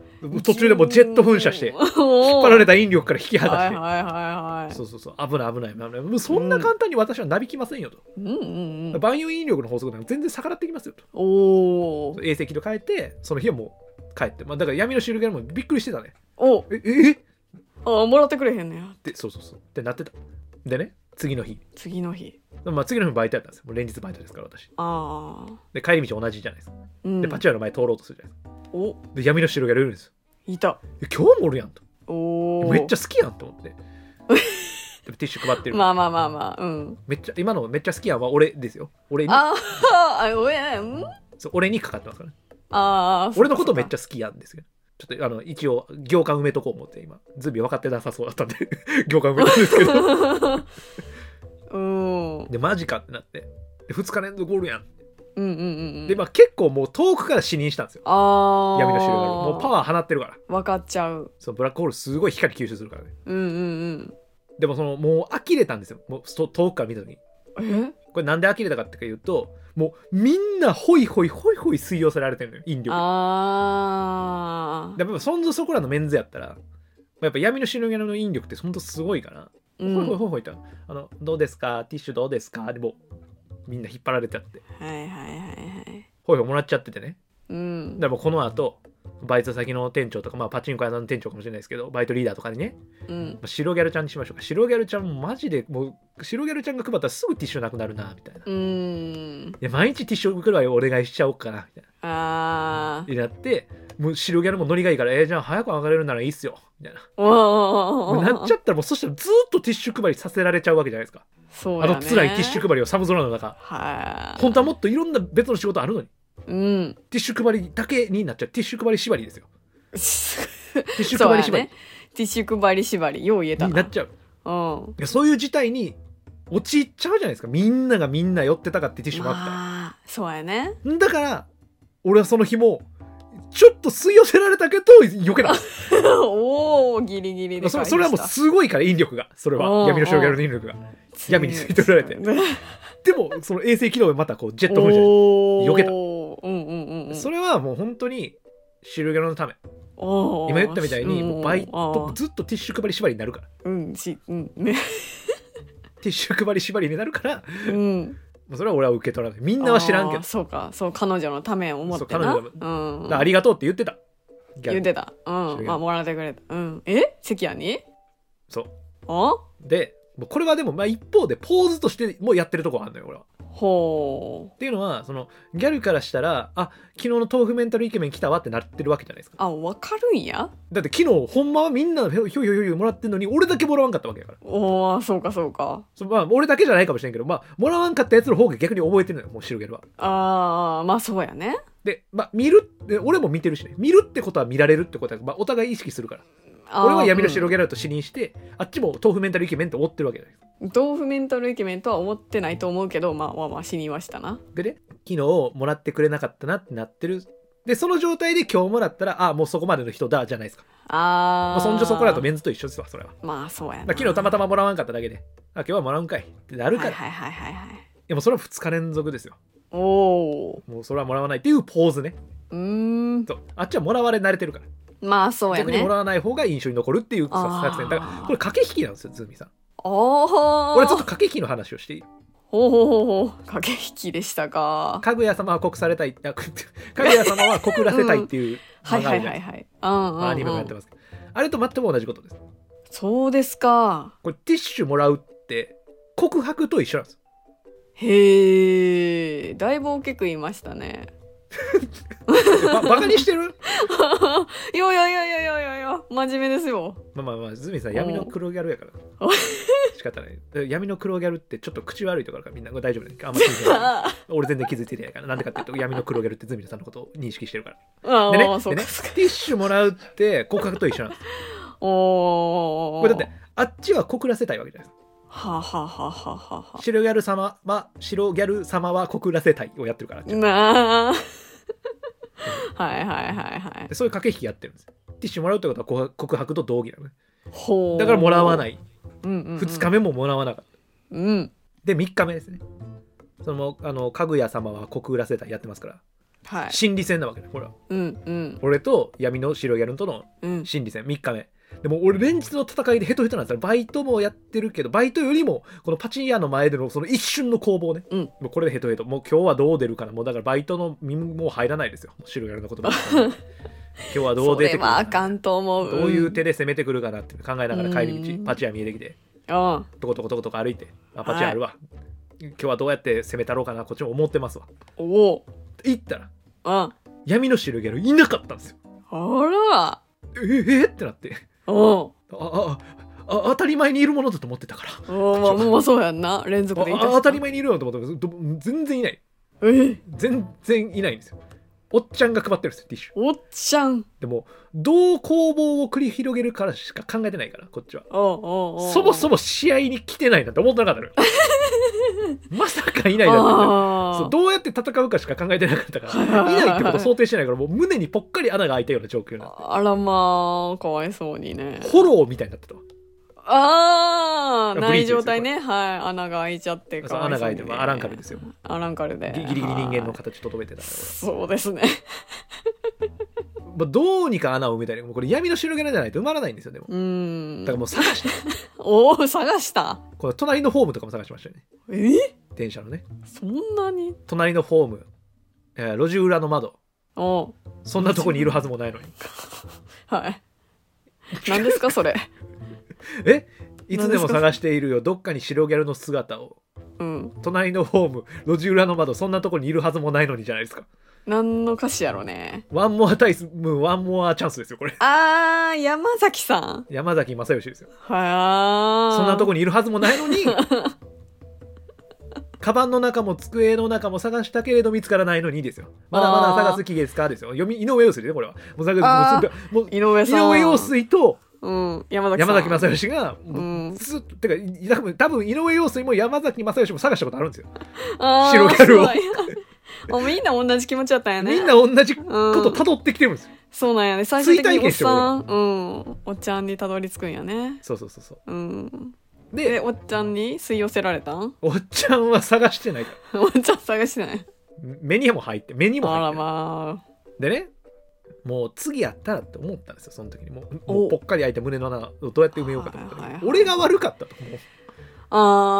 S1: 途中でもうジェット噴射して、引っ
S2: 引
S1: 張られ
S2: た
S1: た引力から引き離
S2: は
S1: し
S2: い
S1: て、
S2: はいはいはい
S1: そうそうそう、危ない危ない危ない、もうそんな簡単に私はなびきませんよと。
S2: うんうんうん
S1: 万有引力の法則なんか全然逆らってきますよと。
S2: おー
S1: 衛星軌道変えて、その日はもう帰って、まあ、だから闇の汁ゲルもびっくりしてたね。
S2: お
S1: え、えっ
S2: あもらってくれへんのや
S1: て、そうそうそう、ってなってた。でね、次の日。
S2: 次の日
S1: まあ、次の日もバイトやったんですよ。もう連日バイトですから、私。
S2: ああ
S1: で、帰り道同じじゃないですか。
S2: うん
S1: で、パチワの前通ろうとするじゃないですか。
S2: お
S1: で、闇の白がいるんですよ。
S2: いた
S1: え今日もおるやんと。
S2: おお
S1: めっちゃ
S2: ゃ
S1: 好きやんと思 って。でティッシュ配ってる。
S2: まあまあまあまあうん
S1: めっちゃ、今のめっちゃ好きやんは俺ですよ。俺に、
S2: あーあおえん
S1: そう俺にかかってますからね。
S2: ああ
S1: 俺のことめっちゃ好きやんですよ。ちょっとあの一応行間埋めとこう思って今ズビ分かってなさそうだったんで 行間埋めたんですけ ど
S2: うんうん
S1: でマジかってなってで2日連続おるやん
S2: うんうん
S1: でまあ結構もう遠くから視認したんですよ
S2: ああ
S1: 闇の汁がもうパワー放ってるから
S2: 分かっちゃう
S1: そのブラックホールすごい光吸収するからね
S2: うんうん
S1: でもそのもう呆れたんですよもうと遠くから見た時に
S2: うんえ
S1: これなんで呆れたかっていうともうみんなホイホイホイホイ吸い寄せられてるのよ引力に
S2: ああ
S1: でやっぱそんぞそこらのメンズやったらやっぱ闇の死ぬギャルの引力ってほんとすごいから、
S2: うん
S1: ホイホイ
S2: は
S1: ホイホイってあの「どうですかティッシュどうですか?」でもうみんな引っ張られちゃって
S2: いはいはいはい
S1: ホイホイもらっちゃっててね
S2: うん
S1: でもうこの後バイト先の店長とか、まあ、パチンコ屋さんの店長かもしれないですけどバイトリーダーとかにね
S2: うん
S1: まあ白ギャルちゃんにしましょうか白ギャルちゃんマジでもう白ギャルちゃんが配ったらすぐティッシュなくなるなみたいな、
S2: う
S1: い
S2: ん
S1: や毎日ティッシュ袋はお願いしちゃおうかなみたい
S2: あ
S1: なになってもう白ギャルもノリがいいからえーじゃあ早く上がれるならいいっすよみたいな
S2: あお
S1: なっちゃったらもうそしたらずーっとティッシュ配りさせられちゃうわけじゃないですか、
S2: そう
S1: あ
S2: やね
S1: の辛いティッシュ配りを寒空の中
S2: はい
S1: 本当はもっといろんな別の仕事あるのに
S2: うん
S1: ティッシュ配りだけになっちゃうティッシュ配り縛りですよテ
S2: テ
S1: ィッシュ配り縛り
S2: ティッシュ配り縛りよう言えた
S1: になっ
S2: な
S1: ちゃう
S2: うん
S1: いやそういう事態に陥っちゃうじゃないですかみんながみんな寄ってたかってティッシュ配ってたら
S2: まあそうやね
S1: だから俺はその日もちょっと吸い寄せられたけど避けなかっ
S2: おおギリギリ
S1: た
S2: で
S1: そそれはもうすごいから引力がそれ
S2: おうお
S1: は
S2: う
S1: 闇の衝撃の引力が闇に吸い取られて
S2: ジ
S1: でもその衛星軌道でまたこうジェット噴射
S2: よ
S1: 避けた
S2: うんうんうんうん
S1: それはもう本当に汁ゲロのため
S2: おー
S1: 今言ったみたいに
S2: うん
S1: もうバイ
S2: あ
S1: ト
S2: ー
S1: ずっとティッシュ配り縛りになるから
S2: うんしうんね
S1: ティッシュ配り縛りになるから
S2: うん
S1: もうそれは俺は受け取らないみんなは知らんけ
S2: あー
S1: ど
S2: そうかそう彼女のためを思ってな
S1: そう
S2: うん
S1: だからありがとうって言ってた逆
S2: 言
S1: に
S2: ってた
S1: 知
S2: うん
S1: らん
S2: まあもらってくれたうんえ関谷に
S1: そう
S2: あ
S1: でもうこれはでもまあ一方でポーズとしてもやってるとこがあるのよ俺は。
S2: ほう
S1: っていうのはそのギャルからしたらあ昨日の豆腐メンタルイケメン来たわってなってるわけじゃないですか
S2: あわかるんや
S1: だって昨日ほんまはみんなひょひょひょひょもらってんのに俺だけもらわんかったわけやから
S2: おおそうかそうか
S1: そまあ俺だけじゃないかもしれんけどまあもらわんかったやつの方が逆に覚えてるのよもう白ギャルは
S2: あーまあそうやね
S1: でまあ見るで俺も見てるしね見るってことは見られるってことは、まあ、お互い意識するから
S2: あー
S1: 俺は闇の白ギャルだと視認して、あっちも豆腐メンタルイケメンって思ってるわけじゃないですか
S2: うん豆腐メンタルイケメンとは思ってないと思うけどまあまあまあ死にましたな
S1: でね昨日もらってくれなかったなってなってるでその状態で今日もらったらあもうそこまでの人だじゃないですか
S2: あー
S1: まあ、そんじょそこらとメンズと一緒ですわそれは
S2: まあそうや
S1: ま
S2: な
S1: あ昨日たまたまもらわんかっただけで、あ、今日はもらうんかいってなるから、
S2: はい
S1: い
S2: はいはいはいはい
S1: やもうそれは2日連続ですよ。
S2: おお
S1: もうそれはもらわないっていうポーズね。
S2: うーん
S1: そうあっちはもらわれ慣れてるから、
S2: まあそうや
S1: 逆に
S2: ね
S1: もらわない方が印象に残るっていうさ
S2: あー
S1: 作戦。だから、これ駆け引きなんですよ、ズーミーさん。
S2: おお
S1: 俺はちょっと駆け引きの話をしていい
S2: ほうほうほうほう駆け引きでしたか
S1: かぐや様は告されたい、あ、くかぐや様は告らせたいっていう
S2: はいは
S1: 漫
S2: い
S1: 画あ
S2: は
S1: る
S2: いはいうん
S1: じゃないですかまあアニメも
S2: うん、う
S1: やって
S2: ん、
S1: ますけど、あれと全く同じことです。
S2: そうですか
S1: これティッシュもらうって告白と一緒なんですよ。
S2: へえだいぶ大きく言いましたね
S1: ばバカにしてる
S2: いやいやいやいやいやいやいや真面目ですよ
S1: まあまあまあ、ズミさん、闇の黒ギャルやから
S2: お。
S1: 仕方ない。で闇の黒ギャルってちょっと口悪いところからみんなこれ大丈夫だよあんま気にし ない
S2: あ
S1: 俺全然気づいてないから。なんでかっていうと、闇の黒ギャルってズミさんのことを認識してるから。
S2: あ、
S1: でね、
S2: そう
S1: でね
S2: かそうか
S1: ティッシュもらうって告白と一緒なんです。
S2: お
S1: こ
S2: ー
S1: れだって、あっちは告らせたいわけじゃないです
S2: はあ、はあはあはあはあ
S1: か。白ギャル様は、白ギャル様は告らせたいをやってるから。で
S2: なあはいはいはいはい
S1: そういう駆け引きやってるんですよ。ティッシュもらうってことは告白告白と同義なのね。
S2: ほう、
S1: だからもらわないい。
S2: うんうんうん、
S1: 2日目ももらわなかった。
S2: うん
S1: で、3日目ですね。その、あの、かぐや様は告らせたいやってますから。
S2: はい
S1: 心理戦なわけねほら
S2: うんうん
S1: 俺と闇の白ギャルとの
S2: うん
S1: 心理戦3日目でも俺連日の戦いでヘトヘトなんですよバイトもやってるけどバイトよりもこのパチン屋の前でのその一瞬の攻防ね、
S2: うん
S1: もうこれでヘトヘトもう今日はどう出るかなもうだからバイトの耳もう入らないですよもう白ギャルのことばっか り今日はどう出て
S2: そ
S1: くる
S2: れは
S1: か
S2: あか
S1: なん
S2: と思う
S1: どういう手で攻めてくるかなって考えながら帰り
S2: う
S1: 道
S2: ん
S1: パチン屋見えてきて
S2: うん
S1: トコトコトコトコ歩いてあパチン屋あるわ、今日はどうやって攻めたろうかなこっちも思ってますわ
S2: おお
S1: 行ったら
S2: うんあ
S1: 闇の白ギャルいなかったんですよ
S2: ら
S1: ええってなって
S2: お
S1: あああ当たり前にいるものだと思ってたからあ
S2: おまあもうそうやんな連続でいたし
S1: あ当たり前にいるよと思ってたけどど全然いない
S2: え
S1: 全然いないんですよおっちゃんが配ってるんですよティッシュ
S2: おっちゃん
S1: でもどう攻防を繰り広げるからしか考えてないからこっちは
S2: おおうおうおう
S1: そもそ
S2: も
S1: も試合に来てないなんて思ってなか ったのよまさかいないなんて
S2: あ
S1: そう
S2: ー
S1: どうやって戦うかしか考えてなかったから
S2: はいはいはいいはい
S1: ないってことを想定してないからもう胸にぽっかり穴が開いたような状況になって
S2: あらまあかわいそうにね
S1: フォローみたいになってたわ
S2: ああ
S1: ブリ
S2: な
S1: ーチ
S2: い
S1: ですよ
S2: 状態ねはい穴が開いちゃって
S1: そう穴が開いてまあアランカルですよ
S2: アランカルで
S1: ギギリギリ人間の
S2: はい
S1: 形とどめてたから俺
S2: そうで すね
S1: まあ、どうにか穴を埋めたいこれ闇の白ギャルじゃないと埋まらないんですよでも
S2: う
S1: だ
S2: ん
S1: からもう探して
S2: おお探した
S1: この隣のホームとかも探しましたよね
S2: え
S1: 電車のね
S2: そんなに
S1: 隣のホーム、えー路地裏の窓
S2: お
S1: そんなとこにいるはずもないのに
S2: はい何ですか それ
S1: えいつでも探しているよどっかに白ギャルの姿を
S2: うん
S1: 隣のホーム路地裏の窓そんなとこにいるはずもないのにじゃないですか
S2: 何の歌詞やろね
S1: ワンモアタイムワンモアチャンスですよこれ
S2: あー山崎さん
S1: 山崎正義ですよ
S2: はあ
S1: そんなとこ
S2: に
S1: にいるはずもないの にカバンの中も机の中も探したけれど見つからないのにですよ。まだまだ探す気ですかですよ。読み井上陽水でね、これは。もう探
S2: あー
S1: もうもう
S2: 井上
S1: 井
S2: さん
S1: 上陽水と
S2: うん山崎さん
S1: 山崎正義が、
S2: う
S1: もうんずっとてか多分多分井上陽水も山崎正義も探したことあるんですよ。
S2: あー
S1: 白ギャルを
S2: すごい もうみんな同じ気持ちだったんやね
S1: みんな同じこと辿ってきてるんですよ。
S2: そうなんやね最終的
S1: 追体
S2: におっ
S1: 験してもら
S2: さんうんおっちゃんにたどり着くんやね
S1: そうそうそうそう。
S2: うんで
S1: で、
S2: おっちゃんに吸い寄せられたん
S1: おっちゃんは探してないから。
S2: おっちゃん探してない
S1: 目にも入って、目にも入
S2: あ
S1: ってな
S2: ら
S1: い。
S2: まあ
S1: でね、もう次やったらって思ったんですよ、その時に。もう
S2: お
S1: もうぽっかり開いた胸の穴をどうやって埋めようかと思った
S2: は
S1: 時
S2: いはい
S1: に
S2: はい
S1: 俺が悪かったと。もう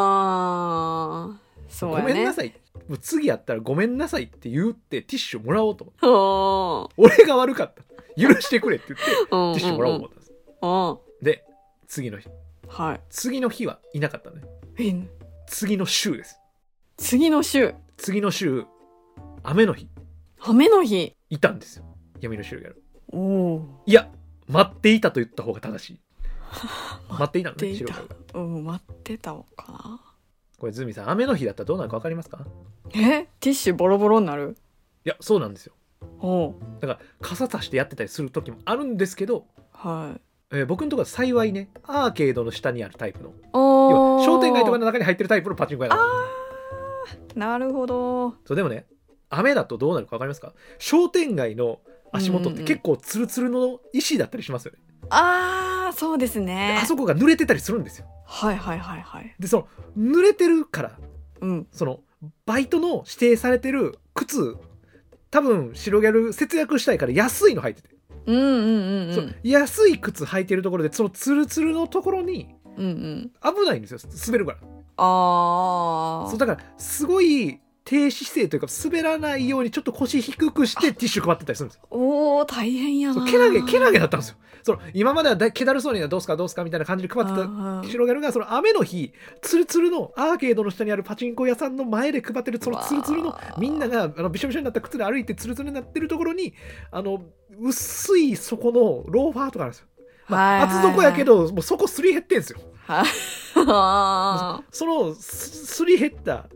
S2: あーそう
S1: ご
S2: やね
S1: めんなさい。もう次やったらごめんなさいって言ってティッシュもらおうと思って。
S2: おー
S1: 俺が悪かった。許してくれって言って
S2: う
S1: テ
S2: ん
S1: ィ
S2: うん
S1: ッシュもらおうと思ったんです。
S2: うんうん
S1: で、次の日。
S2: はい
S1: 次の日はいなかったね。
S2: え
S1: 次の週です。
S2: 次の週
S1: 次の週、雨の日、
S2: 雨の日
S1: いたんですよ。闇の週やる。
S2: おお
S1: いや、待っていたと言った方が正し い。待っていたの
S2: 待
S1: ね、
S2: っていた
S1: 白川が。
S2: うん待ってたのかな
S1: これ、ズミさん、雨の日だったらどうなるかわかりますか
S2: えティッシュボロボロになる
S1: いや、そうなんですよ。
S2: おう
S1: だから、傘差してやってたりする時もあるんですけど、
S2: はい
S1: えー僕のところは幸いね、アーケードの下にあるタイプの、要
S2: お
S1: は
S2: ー
S1: 商店街とかの中に入ってるタイプのパチンコ屋なの
S2: なるほど
S1: そうでもね雨だとどうなるか分かりますか商店街の足元っ
S2: うんうん
S1: て
S2: うん
S1: 結構ツルツルの石だったりしますよね、
S2: あーそうです
S1: で
S2: ね
S1: あそこが濡れてたりするんですよ
S2: はいはいはいはい
S1: でその濡れてるから
S2: うん
S1: そのバイトの指定されてる靴多分白ギャル節約したいから安いの履いてて、
S2: うんうんうんう
S1: そ
S2: ん
S1: の安い靴履いてるところでそのツルツルのところに
S2: うんうん
S1: 危ないんですよ滑るから
S2: あ
S1: そう
S2: ー
S1: だからすごい低姿勢というか滑らないようにちょっと腰低くしてティッシュ配ってたりするんですよ
S2: おー大変や
S1: そう
S2: な
S1: けなげけな
S2: げ
S1: げだったんですよその今まではだけだるそうにはどうすかどうすかみたいな感じで配ってた白ギャルがその雨の日ツルツルのアーケードの下にあるパチンコ屋さんの前で配ってるそのツルツル
S2: う
S1: の
S2: わー
S1: みんながあのびしょびしょになった靴で歩いてツルツルになってるところにあの薄い底のローファーとかなんですよ、まあ、厚底やけどもう底すり減ってんですよ
S2: はいは
S1: そのすすり減った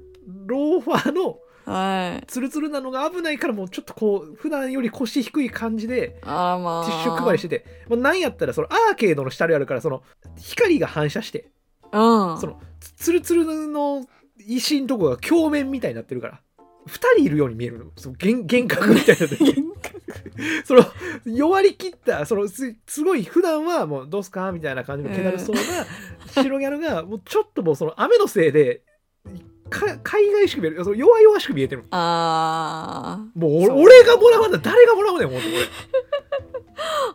S1: ローファーの
S2: いはい
S1: ツルツルなのが危ないからもうちょっとこう普段より腰低い感じで
S2: あらまあ
S1: ティッシュ配りしてて、もうなんやったらそのアーケードの下にあるからその光が反射して
S2: うん
S1: そのつツルツルの石んとこが鏡面みたいになってるから2人いるように見えるのその幻幻覚みたいになってる その弱り切ったそのすすごい普段はもうどうすかみたいな感じの気だるそうな白ギャルがもうちょっともうその雨のせいでか海外しく見えるその弱々しく見えてる
S2: あ
S1: もう
S2: そう
S1: 俺俺がもらわな誰がもらわねんもう俺
S2: ー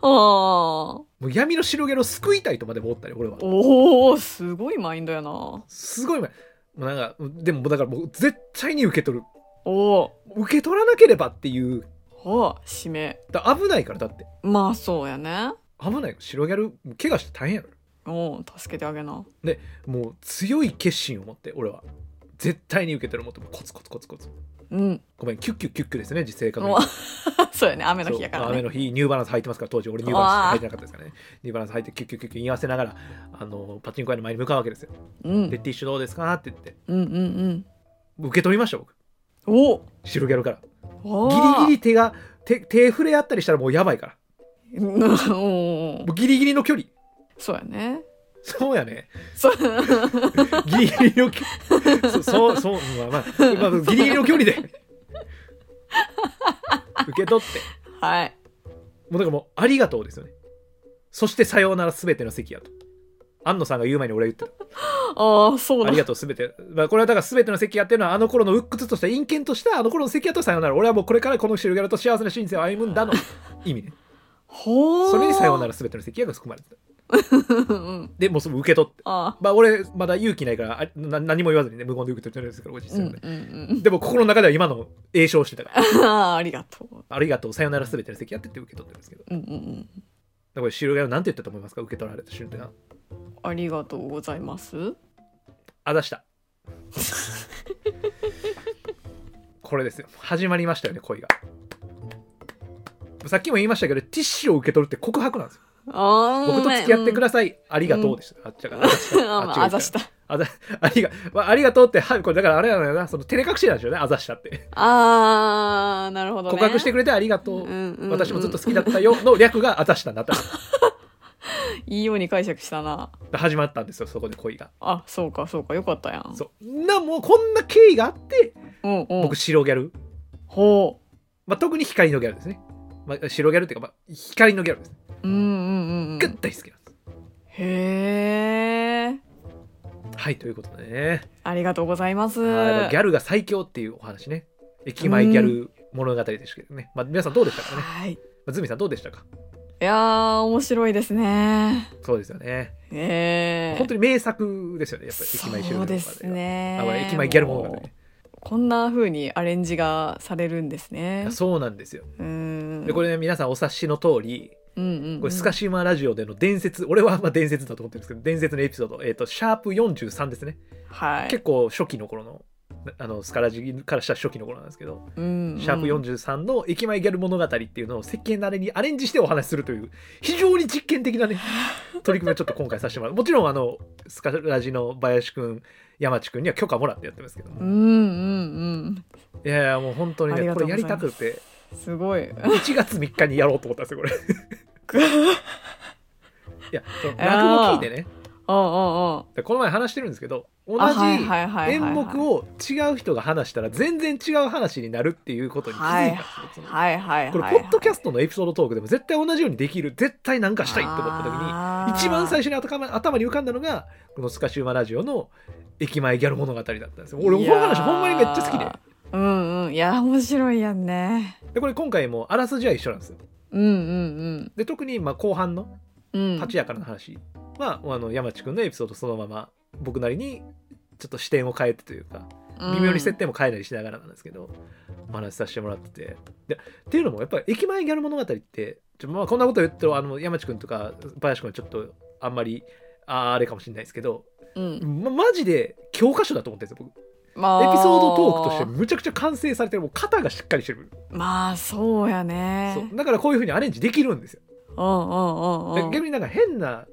S2: あー
S1: もう闇の白ギャルを救いたいとまで思ったり俺は。
S2: おおすごいマインドやなお
S1: すごい前もうなんかでもだからもう絶対に受け取る
S2: お
S1: 受け取らなければっていう
S2: ほう締め
S1: だ危ないからだって
S2: まあそうやね
S1: 危ない白ギャル怪我して大変やか
S2: おお助けてあげな
S1: らもう強い決心を持って俺は絶対に受け取るもってコツコツコツコツ
S2: うん
S1: ごめんキュッキュッキュッキュですね実生活
S2: おそうやね雨の日やから
S1: そう雨
S2: ね
S1: の日ニューバランス履いてますから当時俺ニューバランス履いてなかったですからねニューバランス履いてキュッキュッキュッキュッ言わせながらあのパチンコ屋の前に向かうわけですよ
S2: うんうん
S1: でティッシュどうですかって言って
S2: うんうん
S1: 受け取りました僕
S2: おお
S1: 白ギャルから
S2: お
S1: ギリギリ手が手手触れ合ったりしたらもうやばいから
S2: リお
S1: もうギリギリの距離
S2: そうやね
S1: そうやね。
S2: そう
S1: ギリギリの距離。そそう、そう、まあまあ、まあ、ギリギリの距離 で。受け取って。
S2: はい
S1: もうだからもう、ありがとうですよね。そして、さようならすべての席やと。安野さんが言う前に俺は言って
S2: ああそう
S1: た。あ
S2: だ
S1: りがとうすべて。まあ、これはだからすべての席やっていうのは、あの頃の鬱屈とした陰険とした、あの頃の席やとさようなら。俺はもうこれからこのシルギャルと幸せな人生を歩むんだの意味ね。
S2: ほ う
S1: それにさような
S2: ら
S1: らすべての席やが含まれてた。
S2: うん
S1: で、もうその受け取って。
S2: あ
S1: まあ、俺、まだ勇気ないから、あな何も言わずにね、無言で受け取ってるんですから、俺実
S2: うん
S1: 際
S2: う
S1: は
S2: ん
S1: ね。
S2: うん
S1: でも心の中では今の栄唱してたから
S2: あーありがとう
S1: ありがとうさよならすべての席やってって受け取ってるんですけどだか
S2: うんうんうん
S1: らこれ白ギャルなんて言ったと思いますか受け取られた瞬間
S2: ありがとうございます
S1: あ出したこれですよ始まりましたよね恋がさっきも言いましたけどティッシュを受け取るって告白なんですよ
S2: ああ
S1: 僕と付き合ってく
S2: だ
S1: ださい、ありがとうでした、あっちだから
S2: あ
S1: っ
S2: ま
S1: ち
S2: あ
S1: が
S2: あざした
S1: あざありが、まあ、ありがとうってはいこれだからあれなんだよなその照れ隠しなんですよねあざしたって
S2: ああなるほどね
S1: 告白して
S2: く
S1: くれてありがとう、
S2: うんうんうん
S1: 私もずっと好きだったよの略があざしたになっ たんです
S2: いいように解釈したな
S1: 始まったんですよそこで恋が
S2: あそうかそうかよかったやん
S1: そうなもうこんな経緯があって
S2: うんうん
S1: 僕白ギャル
S2: ほ
S1: まあ、特に光のギャルですね、まあ、白ギャルっていうか、まあ、光のギャルです
S2: ううんうんうんう
S1: が
S2: ん
S1: 大好きなんです、
S2: へえ
S1: はいということでね
S2: ありがとうございます
S1: はいギャルが最強っていうお話ね駅前ギャル物語でしたけどね、まあ、皆さんどうでしたかね、
S2: はいい
S1: まあ、ズミさんどうでしたか
S2: やー面白いですね
S1: そうですよね
S2: え え
S1: 本当に名作ですよねやっぱり駅前
S2: そう
S1: 白ギャル物
S2: で
S1: 語
S2: す
S1: は
S2: ね
S1: あこれ駅前ギャル物語
S2: もう
S1: ね
S2: こんな風にアレンジがされるんです
S1: い
S2: ね
S1: やそうなんですよ
S2: うん
S1: でこれね皆さんお察しの通り
S2: うんうんうん
S1: これスカシウマラジオでの伝説俺はまあ伝説だと思ってるんですけど伝説のエピソード、えー、とシャープ43ですね
S2: はい
S1: 結構初期の頃のあのスカラジからしたら初期の頃なんですけど、
S2: うんうん
S1: シャープ43の駅前ギャル物語っていうのを石鹸なれにアレンジしてお話しするという非常に実験的な ね取り組みをちょっと今回させてもらうもちろんあのスカラジの林くん山地くんには許可もらってやってますけども、
S2: うん
S1: い
S2: うん
S1: やいやもう本当に
S2: あり
S1: ね
S2: が
S1: こと
S2: う
S1: れ
S2: ご
S1: や
S2: ざい
S1: り
S2: ます
S1: たくて
S2: うんすごい
S1: 1月3日にやろうと思ったんですよこれ いや、その落語聞いてね、
S2: おうおうおう
S1: でこの前話してるんですけど、同
S2: あ
S1: じ
S2: はいはいはいはいはい
S1: 演目を違う人が話したら全然違う話になるっていうことに気づいたんですよその。
S2: はいはいはい
S1: これ、ポッドキャストのエピソードトークでも絶対同じようにできる、絶対なんかしたいと思った時に、
S2: に
S1: 一番最初に頭頭に浮かんだのが、このスカシウマラジオの駅前ギャル物語だったんですよ。俺、この話ほんまにめっちゃ好きで。
S2: うんうんいや面白いやんね
S1: で、これ今回もあらすじは一緒なんですよ。
S2: うんうん
S1: で、特にまあ後半の
S2: うんうん
S1: 立ちやからの話は、あの山地君のエピソードそのまま僕なりにちょっと視点を変えてというか微妙に設定も変えたりしながらなんですけど、お話しさせてもらっててでっていうのもやっぱり駅前ギャル物語ってちょ、まあ、こんなこと言ってるあの山地君とか林君はちょっとあんまりあーあれかもしれないですけど、
S2: うんうん
S1: ま、マジで教科書だと思ってるんですよ僕
S2: まあ
S1: エピソードトークとしてむちゃくちゃ完成されてるもう型がしっかりしてる、
S2: まあそうやね
S1: そうだからこういうふうにアレンジできるんですよ
S2: うんうん
S1: で
S2: うんうん
S1: 逆になんか変な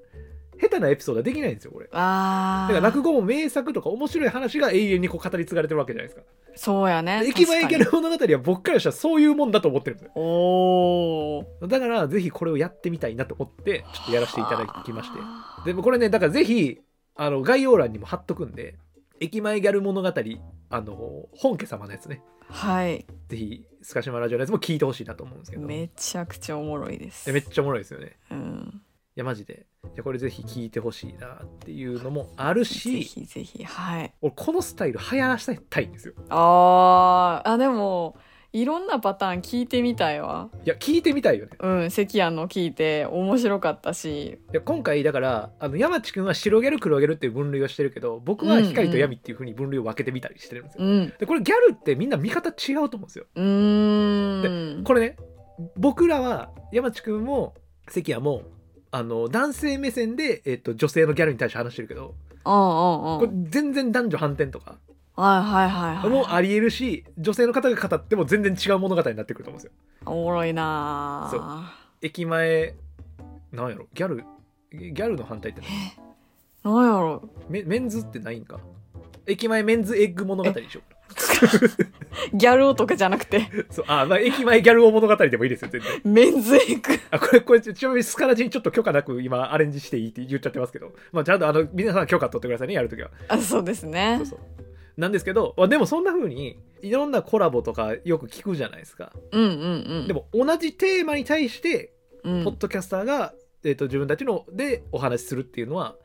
S1: 下手なエピソードはできないんですよこれ
S2: あ
S1: だから落
S2: 語
S1: 語も名作とか面白い話が永遠にこう語り継がれてるわけじゃないですか。
S2: そうやね
S1: で駅前ギャ
S2: ル
S1: ル物語は僕からしたらそういうもんだと思ってるんです
S2: おお
S1: よ。だからぜひこれをやってみたいなと思ってちょっとやらせていただきまして。でもこれねだからぜひあの概要欄にも貼っとくんで駅前ギャル物語あの本家様のやつね
S2: はい
S1: ぜひスカシマラジオのやつも聞いてほしいなと思うんですけど
S2: めちゃくちゃおもろいです
S1: でめっちゃおもろいですよね。い
S2: うん
S1: やマジでいやこれぜひ聞いてほしいなっていうのもある
S2: ぜ
S1: し
S2: ひぜひはい
S1: 俺このスタイル流行らせたいんですよ。
S2: あーあでもいろんなパターン聞いてみたいわ
S1: いや聞いてみたいよね。
S2: うん関谷の聞いて面白かったし
S1: いや今回だからあの山地君は白ギャル黒ギャルっていう分類をしてるけど僕は光と闇っていう風に分類を分けてみたりしてるんですよ、
S2: うん
S1: でこれギャルってみんな見方違うと思うんですよ
S2: うーん
S1: これね僕らは山地君も関谷もあの男性目線で、えっと女性のギャルに対して話してるけど
S2: うんう
S1: こ
S2: んう
S1: れ
S2: ん
S1: 全然男女反転とか
S2: はいはいはいはい
S1: もありえるし女性の方が語っても全然違う物語になってくると思うんですよ
S2: おもろいな
S1: そ駅前なんやろギャルギャルの反対って何
S2: うなんやろ
S1: メメンズってないんか駅前メンズエッグ物語でしょ
S2: ギャル男とかじゃなくて
S1: そう、あ、まあ、駅前ギャル王物語でもいいですよ、全然。
S2: メンズエッグ
S1: あ、これ、これ、ちなみにスカラジにちょっと許可なく今、アレンジしていいって言っちゃってますけど、まあ、ちゃんと、あの、皆さん許可取ってくださいね、やるときは。
S2: あそうですね
S1: そうそう。なんですけど、まあ、でもそんな風に、いろんなコラボとかよく聞くじゃないですか。
S2: うんうんうん
S1: でも、同じテーマに対して、
S2: うん
S1: ポッドキャスターが、えっ、と、自分たちのでお話しするっていうのは、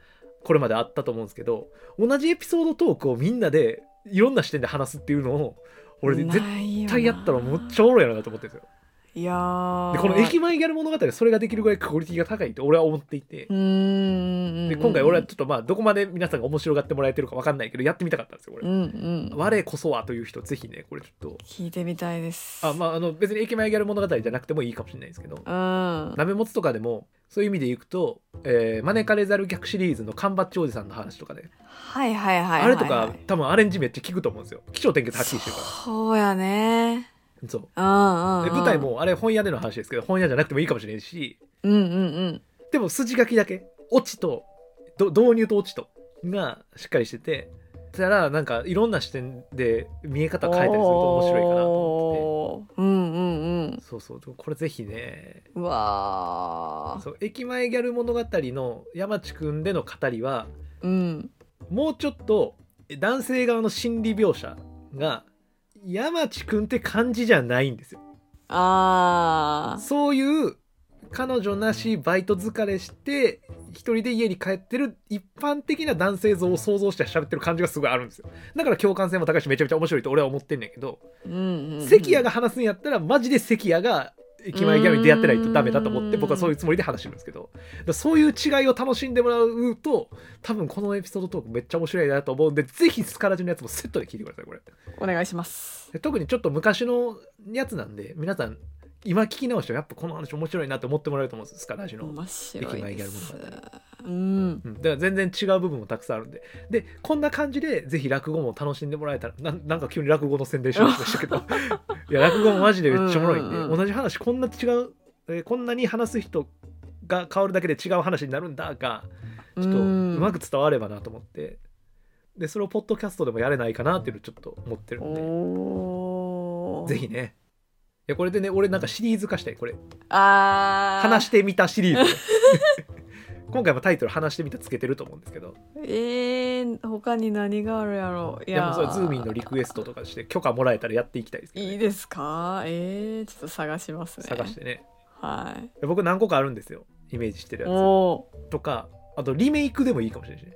S1: これまであったと思うんですけど、同じエピソードトークをみんなで、いろんな視点で話すっていうのを、俺、絶
S2: 絶
S1: 対やったらむっちゃおもろいやろなと思ってるんですよ。
S2: いやー
S1: でこの駅前ギャル物語はそれができるぐらいクオリティが高いと俺は思っていて
S2: う、ーん
S1: で今回俺はちょっとまあどこまで皆さんが面白がってもらえてるか分かんないけどやってみたかったんですよこれ、
S2: うんうん
S1: 我こそはという人ぜひねこれちょっ
S2: 聞いてみたいです
S1: とあまああの別に駅前ギャル物語じゃなくてもいいかもしれないですけど
S2: うん
S1: 鍋もつとかでもそういう意味でいくと、えー招かれざる逆シリーズの缶バッチおじさんの話とかね、
S2: はいはいはいはいはい
S1: あれとか多分アレンジめっちゃ効くと思うんですよ気象転結はっきりしてるか
S2: そうやね
S1: らそう
S2: うんうん、うん、
S1: で舞台もあれ本屋での話ですけど本屋じゃなくてもいいかもしれないし
S2: うんうん
S1: でも筋書きだけオチとど導入とオチとがしっかりしててそしたらなんかいろんな視点で見え
S2: う
S1: 方
S2: ん
S1: 変えたりすると面白いかなと思っ
S2: おーうんうんうん
S1: ててそうそうこれぜひね
S2: うわー
S1: そう駅前ギャル物語の山地くんでの語りは
S2: うん
S1: もうちょっと男性側の心理描写が山地くんって感じじゃないんですよ
S2: あー
S1: そういう彼女なしバイト疲れして一人で家に帰ってる一般的な男性像を想像して喋ってる感じがすごいあるんですよだから共感性も高いしめちゃめちゃ面白いと俺は思ってんねんけど、
S2: うんうんうん
S1: 関谷が話すんやったらマジで関谷が駅前ギャルに出会ってないとダメだと思って
S2: うん
S1: 僕はそういうつもりで話してるんですけどだからそういう違いを楽しんでもらうと多分このエピソードトークめっちゃ面白いなと思うんでぜひスカラジのやつもセットで聞いてくださいこれ
S2: お願いします
S1: で特にちょっと昔のやつなんで皆さん今聞き直してもやっぱこの話面白いなって思ってもらえると思うんですスカラジの、
S2: 面白
S1: 駅前
S2: い
S1: ギャ
S2: で
S1: ル
S2: す
S1: 物
S2: うん
S1: うん、だから全然違う部分もたくさんあるんででこんな感じでぜひ落語も楽しんでもらえたらなんなんか急に落語の宣伝しましたけ どいや落語もマジでめっちゃおもろいんで、
S2: うんうんうん
S1: 同じ話こんな違う、えーこんなに話す人が変わるだけで違う話になるんだがちょっとうま
S2: く
S1: く伝わればなと思ってでそれをポッドキャストでもやれないかなっていうのをちょっと思ってるんで
S2: おー
S1: ぜひねいやこれでね俺なんかシリーズ化したいこれ
S2: あー
S1: 話してみたシリー ズ今回もタイトル「話してみた」つけてると思うんですけど
S2: えー、他に何があるやろう
S1: い
S2: い
S1: や
S2: や
S1: もうそれはズーミンのリクエストとかして許可もらえたらやっていきたいですけどね、
S2: いいですかえー、ちょっと探しますね
S1: 探してね
S2: はい
S1: 僕何個かあるんですよイメージしてるや
S2: おー
S1: つとかあとリメイクでもいいかもしれないしね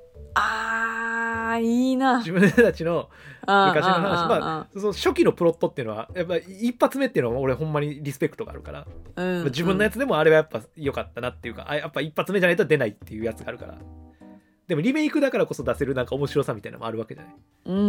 S2: あーいいな
S1: 自分たちの昔
S2: 昔
S1: の話まあその初期のプロットっていうのはやっぱ一発目っていうのは俺ほんまにリスペクトがあるから、
S2: あ、うんうん
S1: 自分のやつでもあれはやっぱ良かったなっていうかあやっぱ一発目じゃないと出ないっていうやつがあるからでもリメイクだからこそ出せるなんか面白さみたいなのもあるわけじゃない
S2: うんうんう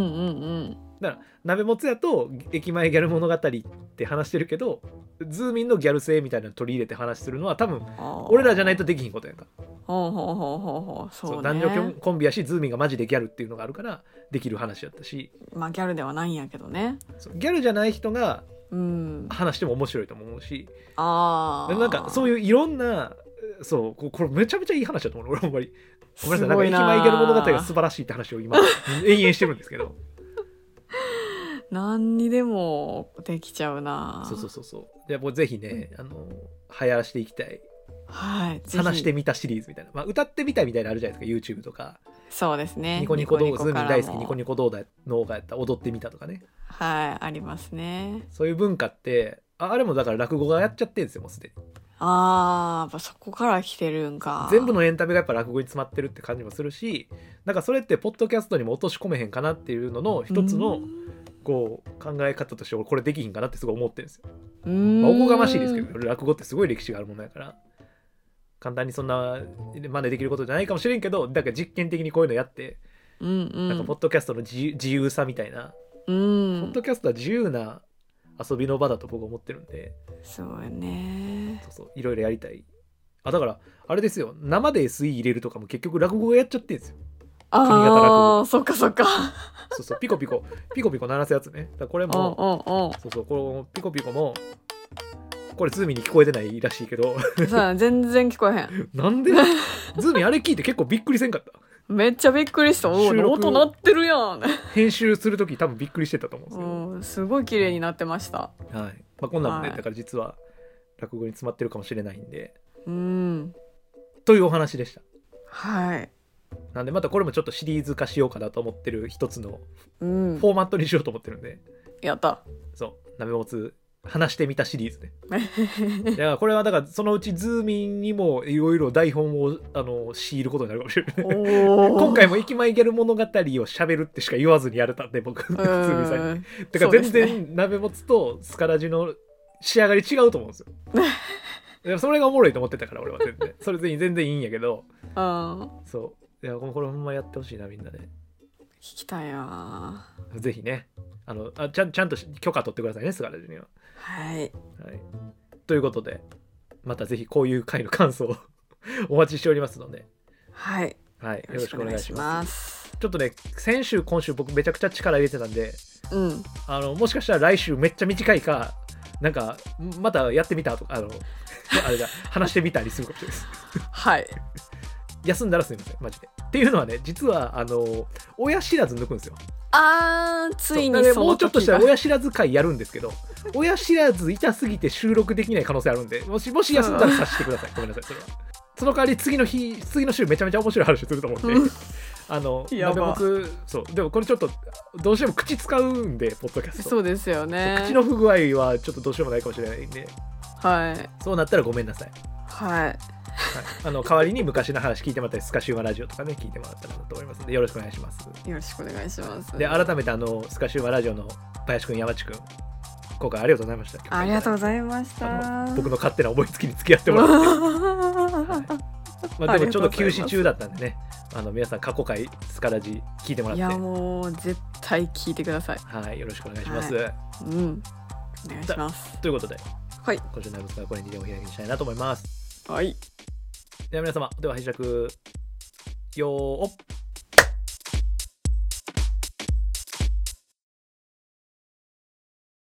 S2: ん
S1: 鍋もつやと駅前ギャル物語って話してるけどズーミンのギャル性みたいなの取り入れて話するのは多分
S2: あー
S1: 俺らじゃないとできひんことやんか
S2: ほうほうほうほうほうそう,、ね、
S1: そう男女コンビやしズーミンがマジでギャルっていうのがあるからできる話やったし
S2: まあギャルではないんやけどね
S1: そうギャルじゃない人が
S2: うん
S1: 話しても面白いと思うし
S2: ああ
S1: なんかそう
S2: いう
S1: いういろんなそうここれめちゃめちゃいい話だと思う俺ほんまにごめんなさい
S2: すごい
S1: な
S2: なん
S1: か駅前ギャル物語が素晴らしいって話を今延々してるんですけ ど
S2: 何にでもできちゃうな
S1: そうそうそうそういやもうぜひねあの流行らしていきたい
S2: はいぜひ
S1: 話してみたシリーズみたいな、まあ、歌ってみたみたいなのあるじゃないですか YouTube とか
S2: そうですね
S1: ニコニコ動画ズーミン大好きニコ
S2: ニ
S1: ニコ動画の方がやったら踊ってみたとかね
S2: コからもはいありますね
S1: そういう文化ってああれもだから落語がやっちゃってるんですよもうすでに
S2: ああやっぱそこから来てるんか
S1: 全部のエンタメがやっぱ落語に詰まってるって感じもするしだからそれってポッドキャストにも落とし込めへんかなっていうのの一つのこう考え方として俺これできひんかなってすごい思ってるんですよ、
S2: うん
S1: まあ、おこがましいですけど落語ってすごい歴史があるものやから簡単にそんな真似できることじゃないかもしれんけどだから実験的にこういうのやって
S2: うんうん
S1: なんかポッドキャストの自由自由さみたいな、
S2: うん
S1: ポッドキャストは自由な遊びの場だと僕は思ってるんで
S2: そうよね
S1: そうそういろいろやりたいあだからあれですよ生で SE 入れるとかも結局落語がやっちゃってんですよ型落語
S2: ああそっかそっか
S1: そうそうピコピコ ピコピコ鳴らすやつねだからこれ
S2: うん
S1: も
S2: うんうん
S1: そうそうこのピコピコもこれズーミンに聞こえてないらしいけど
S2: そうや全然聞こえへん
S1: なんでズーミンあれ聞いて結構びっくりせんかった
S2: めっちゃびっくりしたお
S1: 収
S2: ー
S1: 録
S2: 音鳴ってるやん
S1: 編集する時多分びっくりしてたと思うんですけど、
S2: うんすごい綺麗になってました
S1: はいまあ、こんなんもね、
S2: はい
S1: だから実は落語に詰まってるかもしれないんで
S2: うん
S1: というお話でした
S2: はい
S1: なんでまたこれもちょっとシリーズ化しようかなと思ってる一つの
S2: うん
S1: フォーマットにしようと思ってるんで、
S2: やった
S1: そう、鍋もつ話してみたシリー ズね。いや、これはだからそのうちズーミンにもいろいろ台本をあの強いることになるかもしれない。今
S2: 今
S1: 回も駅前ギャル物語を喋るってしか言わずにやれたんで、僕、ズーミンさんに。だから全
S2: そうです
S1: 然鍋もつとスカラジの仕上がり違うと思うんです よ。いやそれがおもろいと思ってたから俺は全然それ全然いいんやけど
S2: うん聞
S1: そういやこれこれほんまやってほしいなみんなね
S2: きたいな
S1: ぜひね、あのあちゃんちゃんとし許可取ってくださいね、菅原ジュニアは。
S2: はい
S1: はい、ということで、またぜひこういう回の感想を お待ちしておりますので、
S2: はい
S1: はい、よ
S2: よろ
S1: ろ
S2: し
S1: し
S2: く
S1: く
S2: お
S1: お願
S2: 願い
S1: い
S2: し
S1: しま
S2: ます
S1: す。ちょっとね、先週、今週、僕、めちゃくちゃ力入れてたんで、
S2: うん
S1: あのもしかしたら来週めっちゃ短いか、なんか、またやってみたとか、あの あれだ話してみたりするかもしれないです。
S2: はい
S1: 休んだらすみません、マジで。っていうのはね、実は、あの親知らず抜くんですよ。
S2: あーついに
S1: そう
S2: そ
S1: も
S2: の
S1: うちょっと
S2: 時
S1: した
S2: が
S1: ら親知らず会やるんですけど親知らず痛すぎて収録できない可能性あるんでもしもし休ん だらさせてくださいごめんなさいそれはその代わり次の日次の週めちゃめちゃ面白い話すると思うんで、あの
S2: やば
S1: 僕そうでもこれちょっとどうしても口使うんでポッドキャスト
S2: そうですよね
S1: 口の不具合はちょっとどうしようもないかもしれないんで
S2: はい
S1: そうなったらごめんなさい、
S2: はい
S1: はい、あの代わりに昔の話聞いてもらったりスカシウマラジオとかね聞いてもらったらなと思いますのでよろしくお願いします
S2: よろしくお願いします
S1: で改めてあのスカシウマラジオの林くん山地くん今回ありがとうございました
S2: ありがとうご
S1: い
S2: ざい ました
S1: 僕の勝手な思いつきに付き合って もらってまあ、でもちょっと休止中だったんでね、あの皆さん、過去回、スカラジ聞いてもら
S2: い
S1: っ
S2: や
S1: て、
S2: もう絶対聞いてください
S1: はい、よろしくお願いします。
S2: うんお願いします
S1: ということで、
S2: はい
S1: 今週のブスはこれにてお開きにしたいなと思います。
S2: はい
S1: では皆様、では拝借、よーっ